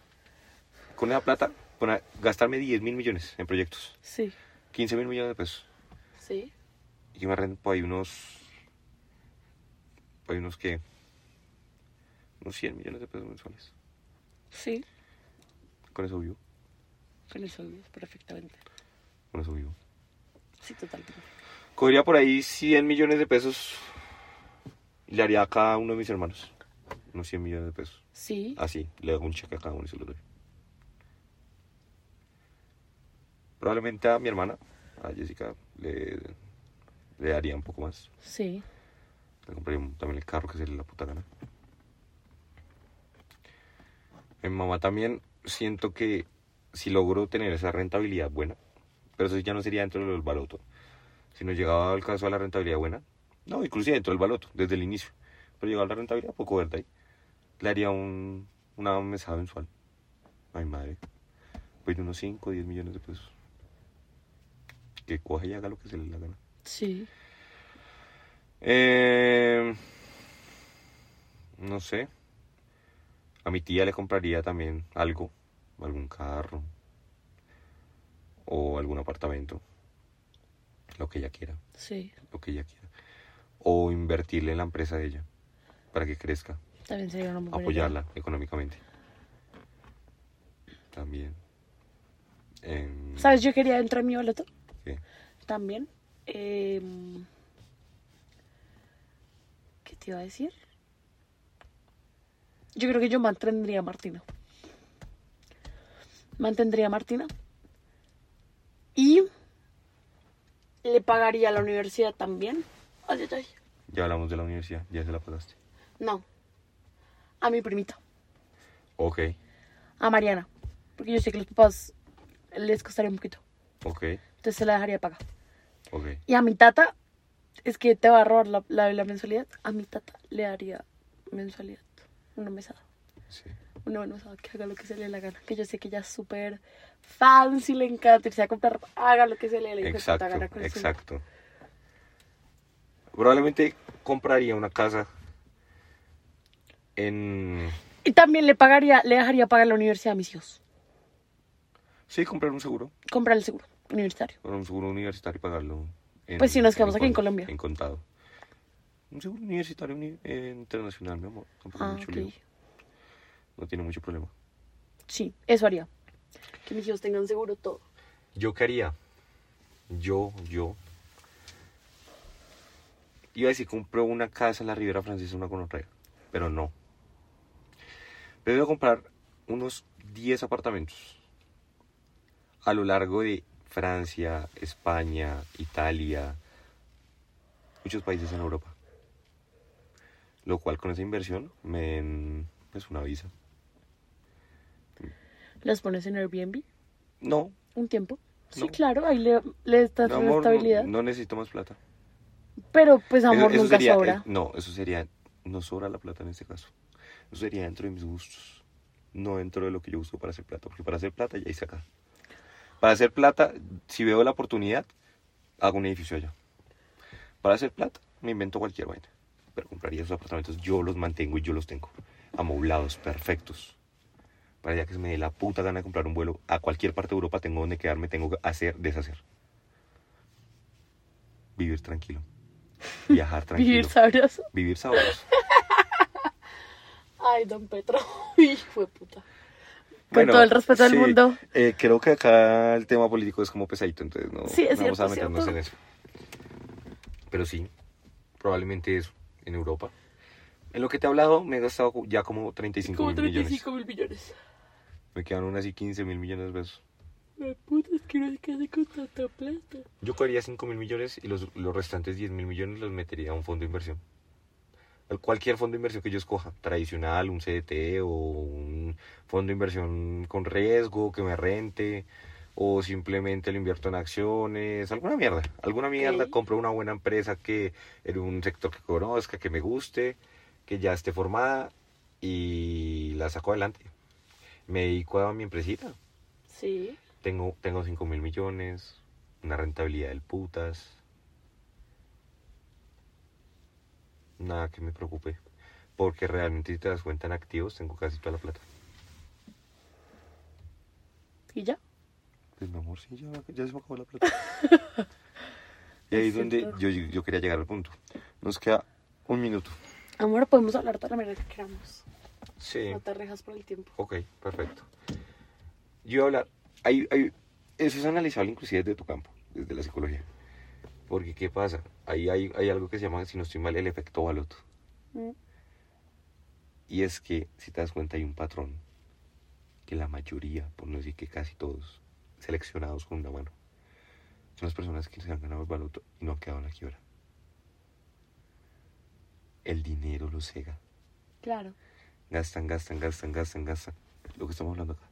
Speaker 2: con esa plata, poner- gastarme 10 mil millones en proyectos.
Speaker 1: Sí.
Speaker 2: 15 mil millones de pesos.
Speaker 1: Sí.
Speaker 2: Y que me renten por ahí unos. Por ahí unos que. Unos 100 millones de pesos mensuales.
Speaker 1: Sí.
Speaker 2: Con eso vivo.
Speaker 1: Con eso vives perfectamente.
Speaker 2: Con eso vivo.
Speaker 1: Sí, totalmente.
Speaker 2: Cogería por ahí 100 millones de pesos y le haría a cada uno de mis hermanos unos 100 millones de pesos.
Speaker 1: Sí.
Speaker 2: Así, le hago un cheque a cada uno y se lo doy. Probablemente a mi hermana, a Jessica, le, le daría un poco más.
Speaker 1: Sí.
Speaker 2: Le compraría un- también el carro que se le la puta gana. Eh, A mi mamá también siento que si logro tener esa rentabilidad buena, Pero eso sí ya no sería dentro del baloto. Si no llegaba al caso a la rentabilidad buena, no, inclusive dentro del baloto, desde el inicio. Pero llegaba a la rentabilidad, poco verde ahí. Le haría un, una mesada mensual. Ay, madre. Pues de unos 5 o 10 millones de pesos. Que coja y haga lo que se le dé la gana.
Speaker 1: Sí.
Speaker 2: Eh, no sé. A mi tía le compraría también algo, algún carro o algún apartamento, lo que ella quiera,
Speaker 1: Sí.
Speaker 2: lo que ella quiera. O invertirle en la empresa de ella para que crezca,
Speaker 1: También sería una muy buena idea.
Speaker 2: apoyarla económicamente. También. Em,
Speaker 1: ¿Sabes? Yo quería dentro de mi boleto
Speaker 2: ¿qué?
Speaker 1: también. em, ¿Qué te iba a decir? Yo creo que yo mantendría a Martina. Mantendría a Martina. Y le pagaría a la universidad también. Ay, ay, ay.
Speaker 2: Ya hablamos de la universidad, ya se la pagaste.
Speaker 1: No. A mi primita.
Speaker 2: Ok,
Speaker 1: A Mariana. Porque yo sé que los papás les costaría un poquito.
Speaker 2: ok,
Speaker 1: Entonces se la dejaría pagar.
Speaker 2: ok.
Speaker 1: Y a mi tata, es que te va a robar la, la, la mensualidad. A mi tata le daría mensualidad. Una mesada.
Speaker 2: Sí.
Speaker 1: Una buena mesada que haga lo que se le dé la gana. Que yo sé que ella es súper fancy, le encanta irse a comprar. Haga lo que se le dé la gana.
Speaker 2: Exacto,
Speaker 1: con eso.
Speaker 2: exacto. Probablemente compraría una casa en...
Speaker 1: Y también le pagaría, le dejaría pagar la universidad a mis hijos.
Speaker 2: Sí, comprar un seguro,
Speaker 1: Comprar el seguro universitario.
Speaker 2: bueno, un seguro universitario y pagarlo. en-
Speaker 1: Pues sí, nos quedamos aquí en
Speaker 2: cont-
Speaker 1: Colombia.
Speaker 2: En contado. Un seguro universitario uni- eh, internacional, mi amor. Tampoco
Speaker 1: Ah,
Speaker 2: es mucho
Speaker 1: ok.
Speaker 2: lío. No tiene mucho problema.
Speaker 1: Sí, eso haría. Que mis hijos tengan seguro todo.
Speaker 2: ¿Yo qué haría? Yo, yo. Iba a decir, compró una casa en la Ribera Francesa, una gonorrea, pero no. Me voy a comprar unos 10 apartamentos a lo largo de Francia, España, Italia, muchos países en Europa. Lo cual con esa inversión me den pues una visa.
Speaker 1: Las pones en Airbnb
Speaker 2: No,
Speaker 1: un tiempo. Sí,
Speaker 2: No.
Speaker 1: claro, ahí le, le estás
Speaker 2: mi
Speaker 1: dando
Speaker 2: amor,
Speaker 1: estabilidad.
Speaker 2: no necesito más plata.
Speaker 1: Pero pues
Speaker 2: Eso-
Speaker 1: amor
Speaker 2: eso
Speaker 1: nunca
Speaker 2: sería-
Speaker 1: sobra.
Speaker 2: eh, no, eso sería, no sobra la plata en este caso. Eso sería dentro de mis gustos, no dentro de lo que yo busco para hacer plata, porque para hacer plata ya hice acá. Para hacer plata, si veo la oportunidad, hago un edificio allá. Para hacer plata, me invento cualquier vaina. Pero compraría esos apartamentos, yo los mantengo y yo los tengo. Amoblados, perfectos. Para ya que se me dé la puta gana de comprar un vuelo a cualquier parte de Europa, tengo donde quedarme, tengo que hacer, deshacer. Vivir tranquilo. Viajar tranquilo.
Speaker 1: Vivir sabroso.
Speaker 2: Vivir sabroso.
Speaker 1: Ay, don Petro. Hijo de puta. Con
Speaker 2: Bueno,
Speaker 1: todo el respeto del
Speaker 2: sí,
Speaker 1: mundo.
Speaker 2: eh, creo que acá el tema político es como pesadito, entonces no,
Speaker 1: Sí, es
Speaker 2: no vamos
Speaker 1: cierto,
Speaker 2: a meternos
Speaker 1: cierto.
Speaker 2: en eso. Pero sí, probablemente eso, en Europa. En lo que te he hablado, me he gastado ya como 35
Speaker 1: Como
Speaker 2: mil
Speaker 1: 35
Speaker 2: millones.
Speaker 1: mil millones.
Speaker 2: Me quedan aún así 15 mil millones de pesos.
Speaker 1: La puta es que no se quede con tanta plata.
Speaker 2: Yo cogería 5 mil millones y los, los restantes 10 mil millones los metería a un fondo de inversión. Al- Cualquier fondo de inversión que yo escoja, tradicional, un CDT o un fondo de inversión con riesgo que me rente, o simplemente lo invierto en acciones, alguna mierda. Alguna mierda,
Speaker 1: Ok.
Speaker 2: compro una buena empresa que en un sector que conozca, que me guste, que ya esté formada y la saco adelante. Me dedico a mi empresita
Speaker 1: Sí.
Speaker 2: tengo, tengo 5 mil millones, una rentabilidad del putas. Nada que me preocupe. Porque realmente si te das cuenta en activos, tengo casi toda la plata.
Speaker 1: ¿Y ya?
Speaker 2: Pues mi amor, sí, ya, ya se me acabó la plata. y ahí es
Speaker 1: Es
Speaker 2: donde
Speaker 1: cierto.
Speaker 2: yo, yo quería llegar al punto. Nos queda un minuto.
Speaker 1: Amor, podemos hablar toda la manera que queramos.
Speaker 2: Sí.
Speaker 1: No te rejas por el tiempo.
Speaker 2: Ok, perfecto. Yo iba a hablar, hay, hay- eso es analizable inclusive desde tu campo, desde la psicología. Porque, ¿qué pasa? Ahí hay, hay algo que se llama, si no estoy mal, el efecto baloto.
Speaker 1: Mm.
Speaker 2: Y es que, si te das cuenta, hay un patrón que la mayoría, por no decir que casi todos, seleccionados con una mano, son las personas que se han ganado el baloto y no han quedado en la quiebra. El dinero los cega.
Speaker 1: Claro.
Speaker 2: Gastan, gastan, gastan, gastan, gastan. Lo que estamos hablando acá.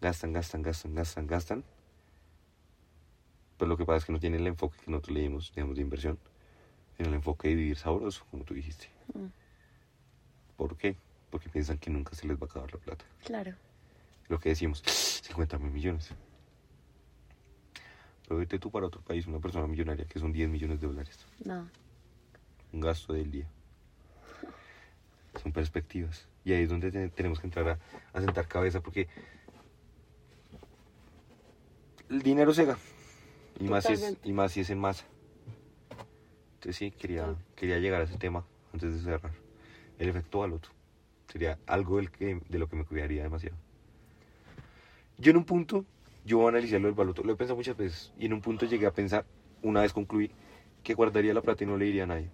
Speaker 2: Gastan, gastan, gastan, gastan, gastan. pues lo que pasa es que no tiene el enfoque que nosotros le dimos, digamos, de inversión, sino el enfoque de vivir sabroso, como tú dijiste.
Speaker 1: Mm.
Speaker 2: ¿Por qué? Porque piensan que nunca se les va a acabar la plata.
Speaker 1: Claro.
Speaker 2: Lo que decimos, 50 mil millones. Pero vete tú para otro país, una persona millonaria, que son 10 millones de dólares.
Speaker 1: No.
Speaker 2: un gasto del día. Son perspectivas. Y ahí es donde te- tenemos que entrar a, a sentar cabeza porque el dinero cega. Y más, si es,
Speaker 1: Totalmente.
Speaker 2: y más si es en masa. Entonces sí, quería,
Speaker 1: Total.
Speaker 2: quería llegar a ese tema antes de cerrar. El efecto al otro. Sería algo del que, de lo que me cuidaría demasiado. Yo en un punto, yo voy a analizar lo del baloto. Lo he pensado muchas veces. Y en un punto llegué a pensar, una vez concluí, que guardaría la plata y no le diría a nadie.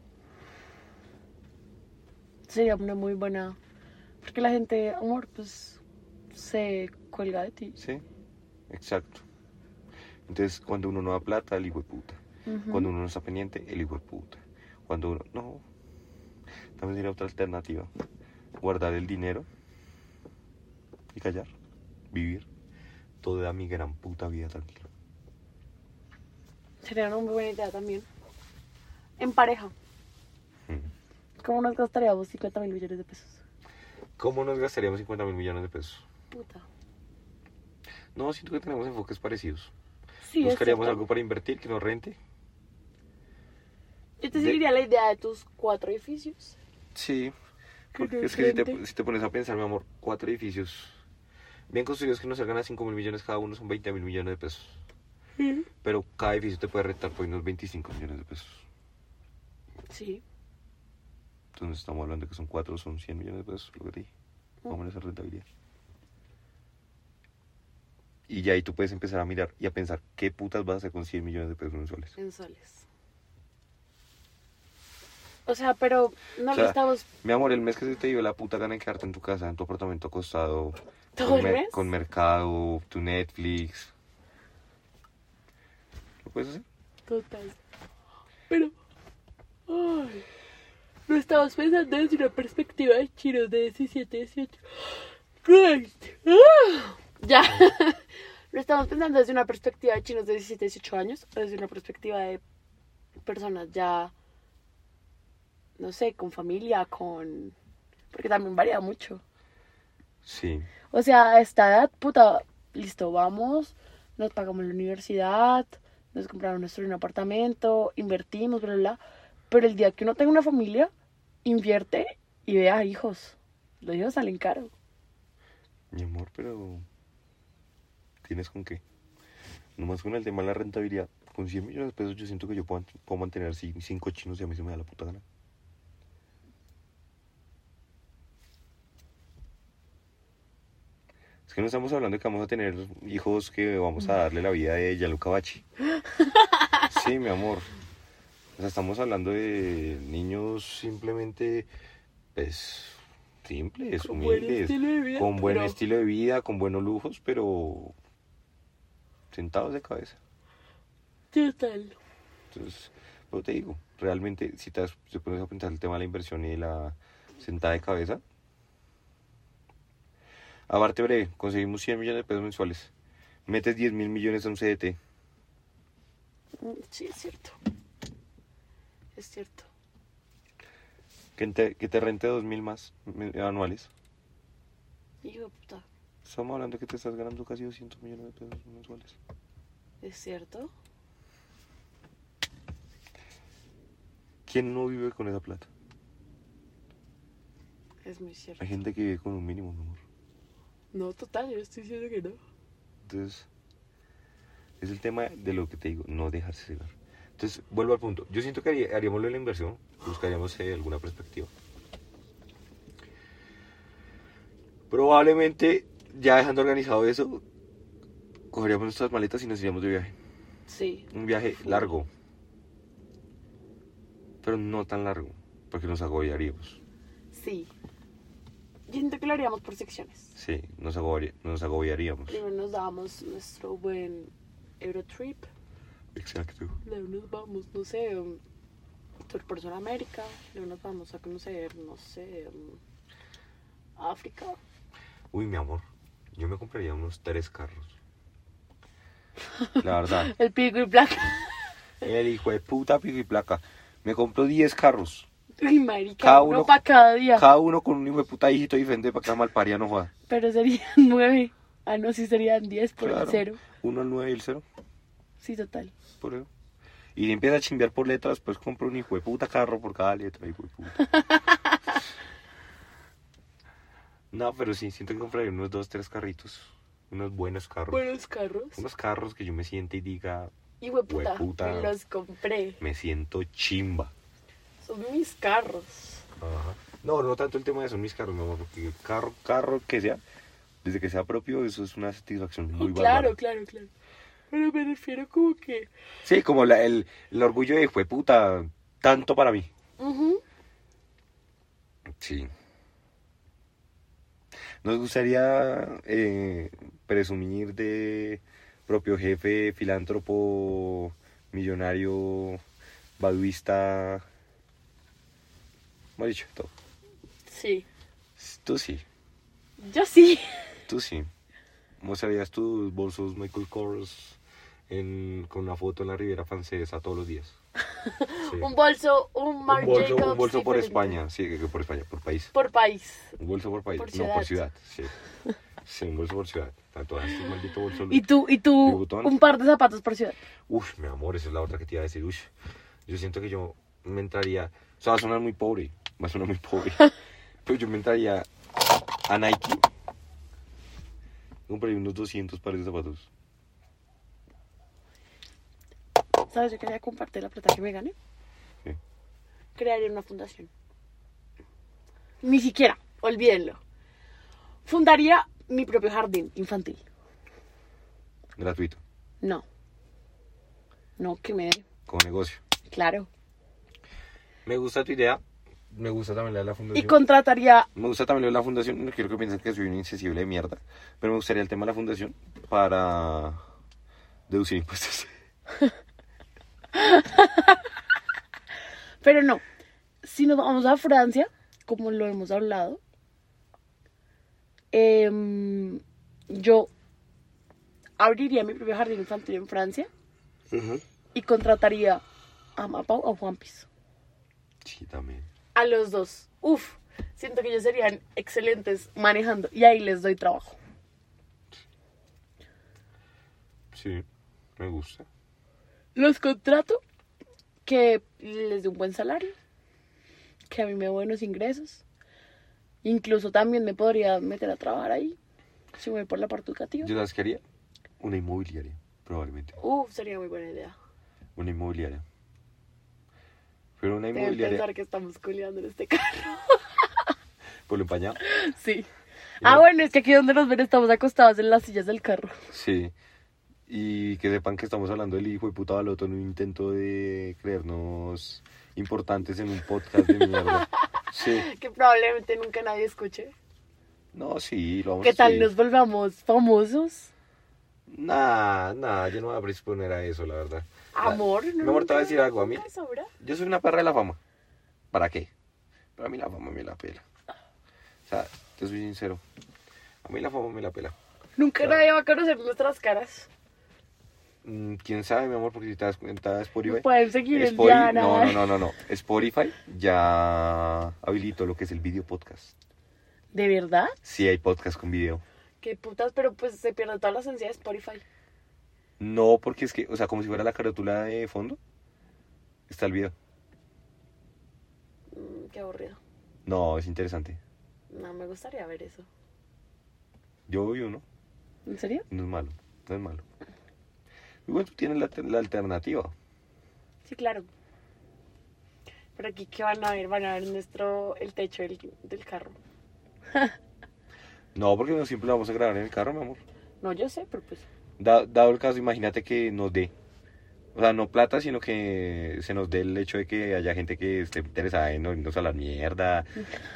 Speaker 1: Sería una muy buena. Porque la gente, amor, pues se cuelga de ti.
Speaker 2: Sí, exacto. Entonces, cuando uno no da plata, el hijo de puta.
Speaker 1: Ujú.
Speaker 2: Cuando uno no está pendiente, el hijo de puta. Cuando uno. No. También sería otra alternativa. Guardar el dinero y callar. Vivir toda mi gran puta vida tranquila.
Speaker 1: Sería una muy buena idea también. En pareja.
Speaker 2: Mm.
Speaker 1: ¿Cómo nos gastaríamos 50 mil millones de pesos?
Speaker 2: ¿Cómo nos gastaríamos 50 mil millones de pesos?
Speaker 1: Puta.
Speaker 2: No, siento que tenemos enfoques parecidos.
Speaker 1: Sí, es
Speaker 2: Buscaríamos
Speaker 1: cierto.
Speaker 2: algo para invertir que nos rente.
Speaker 1: Yo te
Speaker 2: de-
Speaker 1: seguiría la idea de tus cuatro edificios.
Speaker 2: Sí.
Speaker 1: Creo
Speaker 2: Porque
Speaker 1: que
Speaker 2: es que si te,
Speaker 1: frente.
Speaker 2: si te pones a pensar, mi amor, cuatro edificios bien construidos que no salgan a 5 mil millones cada uno son 20 mil millones de pesos. Pero cada edificio te puede rentar por unos 25 millones de pesos.
Speaker 1: Sí.
Speaker 2: Entonces estamos hablando que son cuatro, son 100 millones de pesos, lo que te dije. Vamos a esa rentabilidad. Y ya ahí tú puedes empezar a mirar y a pensar qué putas vas a hacer con 100 millones de pesos mensuales.
Speaker 1: En soles. O sea, pero no lo
Speaker 2: O sea,
Speaker 1: estamos.
Speaker 2: Mi amor, el mes que se te dio la puta gana de quedarte en tu casa, en tu apartamento acostado.
Speaker 1: ¿Todo
Speaker 2: con,
Speaker 1: el mes?
Speaker 2: con mercado, tu Netflix. ¿Lo puedes hacer?
Speaker 1: Total. Pero. Ay, no estamos pensando desde una perspectiva de chinos de 17, 18. Ay, ah, Ya. No estamos pensando desde una perspectiva de chinos de 17, 18 años. o Desde una perspectiva de personas ya. No sé, con familia, con. Porque también varía mucho.
Speaker 2: Sí.
Speaker 1: O sea, a esta edad, puta, listo, vamos, nos pagamos la universidad, nos compraron nuestro un apartamento, invertimos, bla, bla, bla. Pero el día que uno tenga una familia, invierte y vea hijos. Los hijos salen caro.
Speaker 2: Mi amor, pero. ¿Tienes con qué? Nomás con el tema de la rentabilidad. Con 100 millones de pesos, yo siento que yo puedo, puedo mantener 5 chinos y a mí se me da la puta gana. Es que no estamos hablando de que vamos a tener hijos que vamos a darle la vida de Yaluca Bachi. Sí, mi amor. O sea, estamos hablando de niños simplemente, pues, simples,
Speaker 1: Con buen
Speaker 2: humildes,
Speaker 1: estilo de vida,
Speaker 2: con buen
Speaker 1: pero-
Speaker 2: estilo de vida, con buenos lujos, pero sentados de cabeza.
Speaker 1: Total.
Speaker 2: Entonces, pero te digo, realmente, si te, das- te pones a pensar el tema de la inversión y de la sentada de cabeza, aparte breve, conseguimos 100 millones de pesos mensuales, metes 10 mil millones a un CDT,
Speaker 1: Sí, es cierto. Es cierto.
Speaker 2: que te, que te rente 2 mil más men- anuales.
Speaker 1: Hijo de puta,
Speaker 2: Estamos hablando que te estás ganando casi 200 millones de pesos mensuales.
Speaker 1: es cierto.
Speaker 2: ¿Quién no vive con esa plata?
Speaker 1: Es muy cierto.
Speaker 2: Hay gente que vive con un mínimo, mi amor.
Speaker 1: No, total, yo estoy diciendo que no.
Speaker 2: Entonces, es el tema de lo que te digo, no dejarse cegar. Entonces, vuelvo al punto. Yo siento que haría- haríamos lo de la inversión, buscaríamos eh, alguna perspectiva. Probablemente, ya dejando organizado eso, cogeríamos nuestras maletas y nos iríamos de viaje.
Speaker 1: Sí,
Speaker 2: Un viaje largo, pero no tan largo, porque nos agobiaríamos.
Speaker 1: sí. Yo siento que lo haríamos por secciones.
Speaker 2: Sí, nos, agobia- nos agobiaríamos.
Speaker 1: Primero nos dábamos nuestro buen Eurotrip,
Speaker 2: Exacto.
Speaker 1: luego nos vamos, no sé, um, tour por Sudamérica, luego nos vamos a conocer, no sé, um, África.
Speaker 2: Uy, mi amor, yo me compraría unos tres carros. La verdad.
Speaker 1: El pico y placa.
Speaker 2: El hijo de puta pico y placa. Me compró 10 carros.
Speaker 1: Ay, marica,
Speaker 2: Cada
Speaker 1: uno,
Speaker 2: uno-
Speaker 1: para cada día.
Speaker 2: Cada uno con un hijo de puta hijito diferente para que la malparía no joda.
Speaker 1: Pero serían nueve. Ah, no, sí serían diez por el
Speaker 2: Claro.
Speaker 1: cero.
Speaker 2: Uno al 9 y el 0.
Speaker 1: Sí, total.
Speaker 2: Por eso. Y empieza a chimbear por letras, pues compra un hijo de puta carro por cada letra, hijo de puta. no, pero sí, siento que compraré unos dos, tres carritos. Unos buenos carros.
Speaker 1: Buenos carros.
Speaker 2: Unos carros que yo me siente y diga,
Speaker 1: Y hueputa,
Speaker 2: Hueputa.
Speaker 1: me los compré.
Speaker 2: me siento chimba.
Speaker 1: Son mis carros.
Speaker 2: Ajá. No, no tanto el tema de son mis carros, no, porque el carro, carro que sea, desde que sea propio, eso es una satisfacción muy
Speaker 1: claro,
Speaker 2: bárbara.
Speaker 1: claro, claro. Pero me refiero como que...
Speaker 2: Sí, como la- el, el orgullo de hijo de puta, tanto para mí.
Speaker 1: Ujú.
Speaker 2: Sí. Nos gustaría eh, presumir de propio jefe, filántropo, millonario, baduista. Hemos dicho todo.
Speaker 1: Sí.
Speaker 2: Tú sí,
Speaker 1: Yo sí.
Speaker 2: tú sí. Mostrarías tus bolsos Michael Kors en- con una foto en la Riviera Francesa todos los días. Sí.
Speaker 1: Un bolso, un Marc
Speaker 2: Un bolso, un
Speaker 1: Jacobs
Speaker 2: bolso por
Speaker 1: diferente.
Speaker 2: España, sí, que- que por España, por país.
Speaker 1: Por país.
Speaker 2: Un bolso por país.
Speaker 1: Por
Speaker 2: no, por
Speaker 1: ciudad.
Speaker 2: ciudad. Sí. Sí, un bolso por ciudad. Tatuajes, este maldito bolso.
Speaker 1: Y tú, y
Speaker 2: ¿De
Speaker 1: tú,
Speaker 2: botón?
Speaker 1: un par de zapatos por ciudad.
Speaker 2: Uf, mi amor, esa es la otra que te iba a decir. Ush, yo siento que yo me entraría. O sea, va a sonar muy pobre. Va a sonar muy pobre. pero yo me entraría a Nike. Compré unos 200 pares de zapatos.
Speaker 1: ¿Sabes? Yo quería compartir la plata que me gané.
Speaker 2: Sí.
Speaker 1: Crearía una fundación. Ni siquiera, olvídenlo. Fundaría mi propio jardín infantil.
Speaker 2: Gratuito.
Speaker 1: No. No, que me dé.
Speaker 2: Como negocio.
Speaker 1: Claro.
Speaker 2: Me gusta tu idea. Me gusta también la de la
Speaker 1: Y
Speaker 2: fundación.
Speaker 1: contrataría.
Speaker 2: Me gusta también lo de la fundación, no quiero que piensen que soy un insensible de mierda, pero me gustaría el tema de la fundación para deducir impuestos.
Speaker 1: Pero no. Si nos vamos a Francia, como lo hemos hablado, em, yo abriría mi propio jardín infantil en Francia y contrataría a Mapau o a Juan Piso.
Speaker 2: Sí, también.
Speaker 1: A los dos. Uf. Siento que ellos serían excelentes manejando. Y ahí les doy trabajo.
Speaker 2: Sí, me gusta.
Speaker 1: Los contrato, que les dé un buen salario, que a mí me dé buenos ingresos. Incluso también me podría meter a trabajar ahí, si me voy por la parte educativa.
Speaker 2: ¿Yo las quería? Una inmobiliaria, probablemente.
Speaker 1: Uf, sería muy buena idea.
Speaker 2: Una inmobiliaria. Pero una
Speaker 1: Deben
Speaker 2: inmobiliaria
Speaker 1: pensar que estamos culiando en este carro.
Speaker 2: por lo empañado.
Speaker 1: Sí. Ah, bueno, es que aquí donde nos ven estamos acostados en las sillas del carro.
Speaker 2: Sí. Y que sepan que estamos hablando del hijo de puta baloto en un intento de creernos importantes en un podcast de mierda. Sí.
Speaker 1: Que probablemente nunca nadie escuche.
Speaker 2: No, sí, lo vamos
Speaker 1: ¿Qué
Speaker 2: a
Speaker 1: tal
Speaker 2: subir.
Speaker 1: nos volvamos famosos?
Speaker 2: Nah, nah, yo no me voy a predisponer a eso, la verdad. La-
Speaker 1: Ah, Amor, no.
Speaker 2: Mi amor, te voy a decir algo. A mí,
Speaker 1: nunca sobra.
Speaker 2: yo soy una perra de la fama. ¿Para qué? Pero a mí la fama me la pela. O sea, te soy sincero. A mí la fama me la pela.
Speaker 1: Nunca nadie va a conocer nuestras caras.
Speaker 2: Mm, ¿Quién sabe, mi amor? Porque si te das cuenta, Spotify...
Speaker 1: Nos pueden seguir en
Speaker 2: Spotify-
Speaker 1: Diana.
Speaker 2: no, no, no, no, no. Spotify ya habilitó lo que es el video podcast.
Speaker 1: ¿De verdad?
Speaker 2: Sí hay podcast con video.
Speaker 1: Qué putas, pero pues se pierde toda la esencia de Spotify.
Speaker 2: No, porque es que, o sea, como si fuera la carátula de fondo, está el video.
Speaker 1: Mm, qué aburrido.
Speaker 2: No, es interesante.
Speaker 1: No, me gustaría ver eso.
Speaker 2: Yo vi uno.
Speaker 1: ¿En serio?
Speaker 2: No es malo, no es malo. Y bueno, tú tienes la, la alternativa.
Speaker 1: Sí, claro. Pero aquí, ¿qué van a ver? Van a ver nuestro, el techo del, del carro.
Speaker 2: No, porque no siempre la vamos a grabar en el carro, mi amor.
Speaker 1: No, yo sé, pero pues...
Speaker 2: Da- dado el caso, imagínate que nos dé. O sea, no plata, sino que se nos dé el hecho de que haya gente que esté interesada en irnos a la mierda.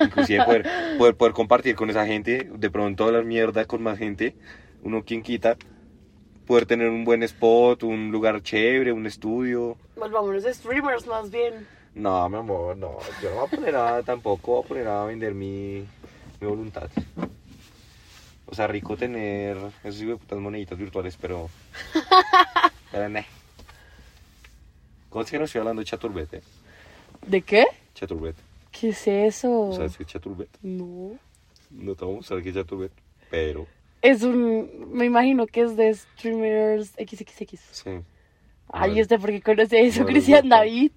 Speaker 2: Inclusive poder, poder, poder compartir con esa gente, de pronto hablar mierda con más gente. Uno quien quita. Poder tener un buen spot, un lugar chévere, un estudio.
Speaker 1: Volvámonos de streamers más bien.
Speaker 2: No, mi amor, no. Yo no voy a poner a, tampoco voy a poner a vender mi, mi voluntad. O sea, rico tener esos hijos de putas moneditas virtuales, pero. pero nah. ¿Cómo es que no estoy hablando de eh? chaturbete?
Speaker 1: ¿De qué?
Speaker 2: Chaturbete.
Speaker 1: ¿Qué es eso?
Speaker 2: ¿Sabes qué es chaturbete?
Speaker 1: No.
Speaker 2: No te vamos a saber qué es chaturbete, pero.
Speaker 1: Es un. Me imagino que es de streamers XXX.
Speaker 2: Sí.
Speaker 1: Ay,
Speaker 2: Vale.
Speaker 1: este porque conoce a eso,
Speaker 2: Vale,
Speaker 1: Cristian
Speaker 2: guapa.
Speaker 1: David.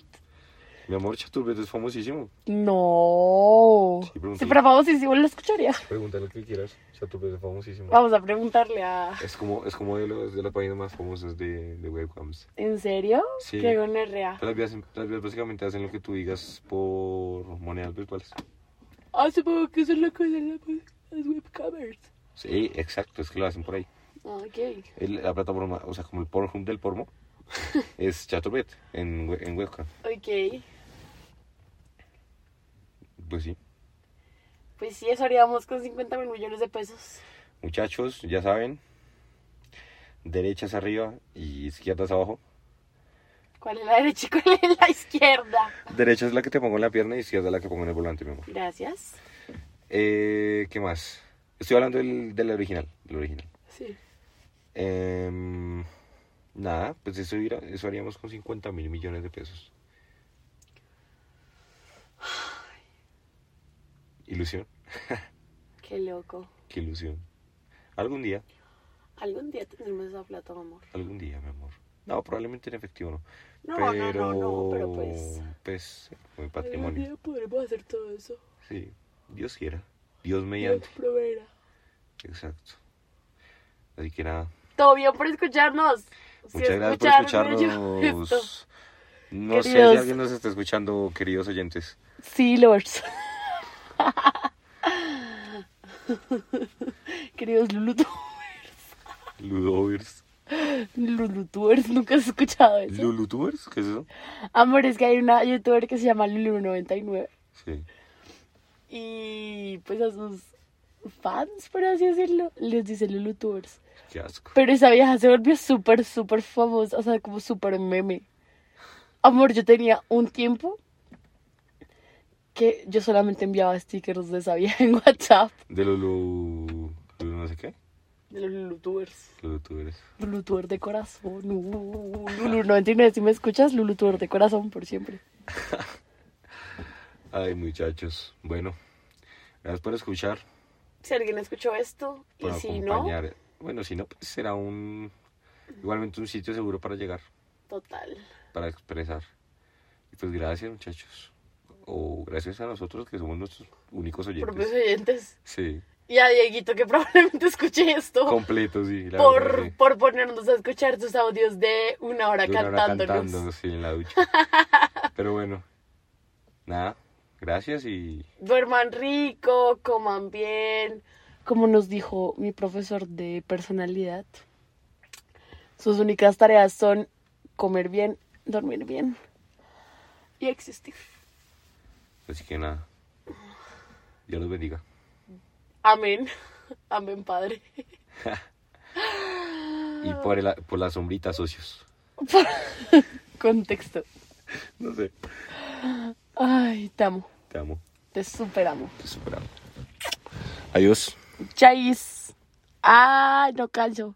Speaker 2: Mi amor, chaturbete es famosísimo.
Speaker 1: No.
Speaker 2: Sí, pregunté.
Speaker 1: Si fuera famosísimo, lo escucharía.
Speaker 2: Pregunta lo que quieras. Chaturbete es famosísimo.
Speaker 1: Vamos a preguntarle a.
Speaker 2: Es como, es como de, los, de las páginas más famosas de, de webcams.
Speaker 1: ¿En serio?
Speaker 2: Sí.
Speaker 1: Qué gonorrea.
Speaker 2: Las vías, las vías básicamente hacen lo que tú digas por monedas virtuales.
Speaker 1: Ah, supongo que eso es lo que hacen las- las webcamers.
Speaker 2: Sí, exacto, es que lo hacen por ahí.
Speaker 1: Ah, ok.
Speaker 2: El- la plataforma, o sea, como el Pornhub del porno, es Chaturbet en, we- en webcam.
Speaker 1: Ok.
Speaker 2: Pues sí.
Speaker 1: Pues sí, eso haríamos con 50 mil millones de pesos.
Speaker 2: Muchachos, ya saben, derechas arriba y izquierdas abajo.
Speaker 1: ¿Cuál es la derecha y cuál es la izquierda?
Speaker 2: Derecha es la que te pongo en la pierna y izquierda es la que pongo en el volante, mi amor.
Speaker 1: Gracias.
Speaker 2: Eh, ¿Qué más? Estoy hablando del, del original, del original.
Speaker 1: Sí.
Speaker 2: Em, nada, pues eso, ira- eso haríamos con 50 mil millones de pesos. Ilusión,
Speaker 1: Qué loco.
Speaker 2: qué ilusión. Algún día,
Speaker 1: Algún día tendremos esa plata, mi amor.
Speaker 2: algún día, mi amor. No, probablemente en efectivo no.
Speaker 1: No, no,
Speaker 2: pero,
Speaker 1: no, no, pero pues.
Speaker 2: pues, mi
Speaker 1: Algún
Speaker 2: patrimonio.
Speaker 1: día podremos hacer todo eso.
Speaker 2: Sí, Dios quiera. Dios
Speaker 1: Dios
Speaker 2: mediante.
Speaker 1: proveerá.
Speaker 2: Exacto. Así que nada.
Speaker 1: Todo bien por escucharnos. Si
Speaker 2: Muchas gracias por
Speaker 1: escucharon, yo esto.
Speaker 2: escucharnos. No sé si
Speaker 1: Queridos-
Speaker 2: alguien nos está escuchando, queridos oyentes.
Speaker 1: Sí, Lords. Queridos Lulutubers.
Speaker 2: Ludovers.
Speaker 1: Lulutubers, nunca has escuchado eso.
Speaker 2: ¿Lulutubers? ¿Qué es eso?
Speaker 1: Amor, es que hay una youtuber que se llama Lulu99
Speaker 2: Sí.
Speaker 1: y pues a sus fans, por así decirlo, les dice Lulutubers.
Speaker 2: Qué asco.
Speaker 1: Pero esa vieja se volvió súper, súper famosa, o sea, como súper meme. Amor, yo tenía un tiempo que yo solamente enviaba stickers de esa vieja en WhatsApp.
Speaker 2: De Lulu. Lulu no sé qué.
Speaker 1: De los Lulutubers.
Speaker 2: Lulutubers.
Speaker 1: Lulutuber de corazón. uh, Lulu99, si me escuchas, Lulutuber de corazón por siempre.
Speaker 2: Ay, muchachos. Bueno, gracias por escuchar.
Speaker 1: Si alguien escuchó esto
Speaker 2: Por acompañar. Bueno, si no, pues será un. Igualmente un sitio seguro para llegar.
Speaker 1: total.
Speaker 2: para expresar. Y pues gracias, muchachos. O gracias a nosotros que somos nuestros únicos
Speaker 1: propios
Speaker 2: oyentes.
Speaker 1: oyentes.
Speaker 2: Sí,
Speaker 1: Y a Dieguito que probablemente escuche esto
Speaker 2: completos, sí. la
Speaker 1: Oh, por,
Speaker 2: verdad, sí.
Speaker 1: por ponernos a escuchar sus audios de una hora
Speaker 2: De una hora
Speaker 1: cantándonos.
Speaker 2: cantando, sí, en la ducha. Pero bueno, nada, gracias y
Speaker 1: Duerman rico, coman bien. Como nos dijo mi profesor de personalidad, sus únicas tareas son comer bien, dormir bien y existir.
Speaker 2: así que nada. Dios los bendiga.
Speaker 1: Amén. Amén, Padre.
Speaker 2: Y por, el, por la sombrita, socios.
Speaker 1: Contexto.
Speaker 2: No sé,
Speaker 1: Ay, te amo.
Speaker 2: te amo,
Speaker 1: Te superamo.
Speaker 2: te superamos. Adiós.
Speaker 1: Chais. Ay, Ah, no canso.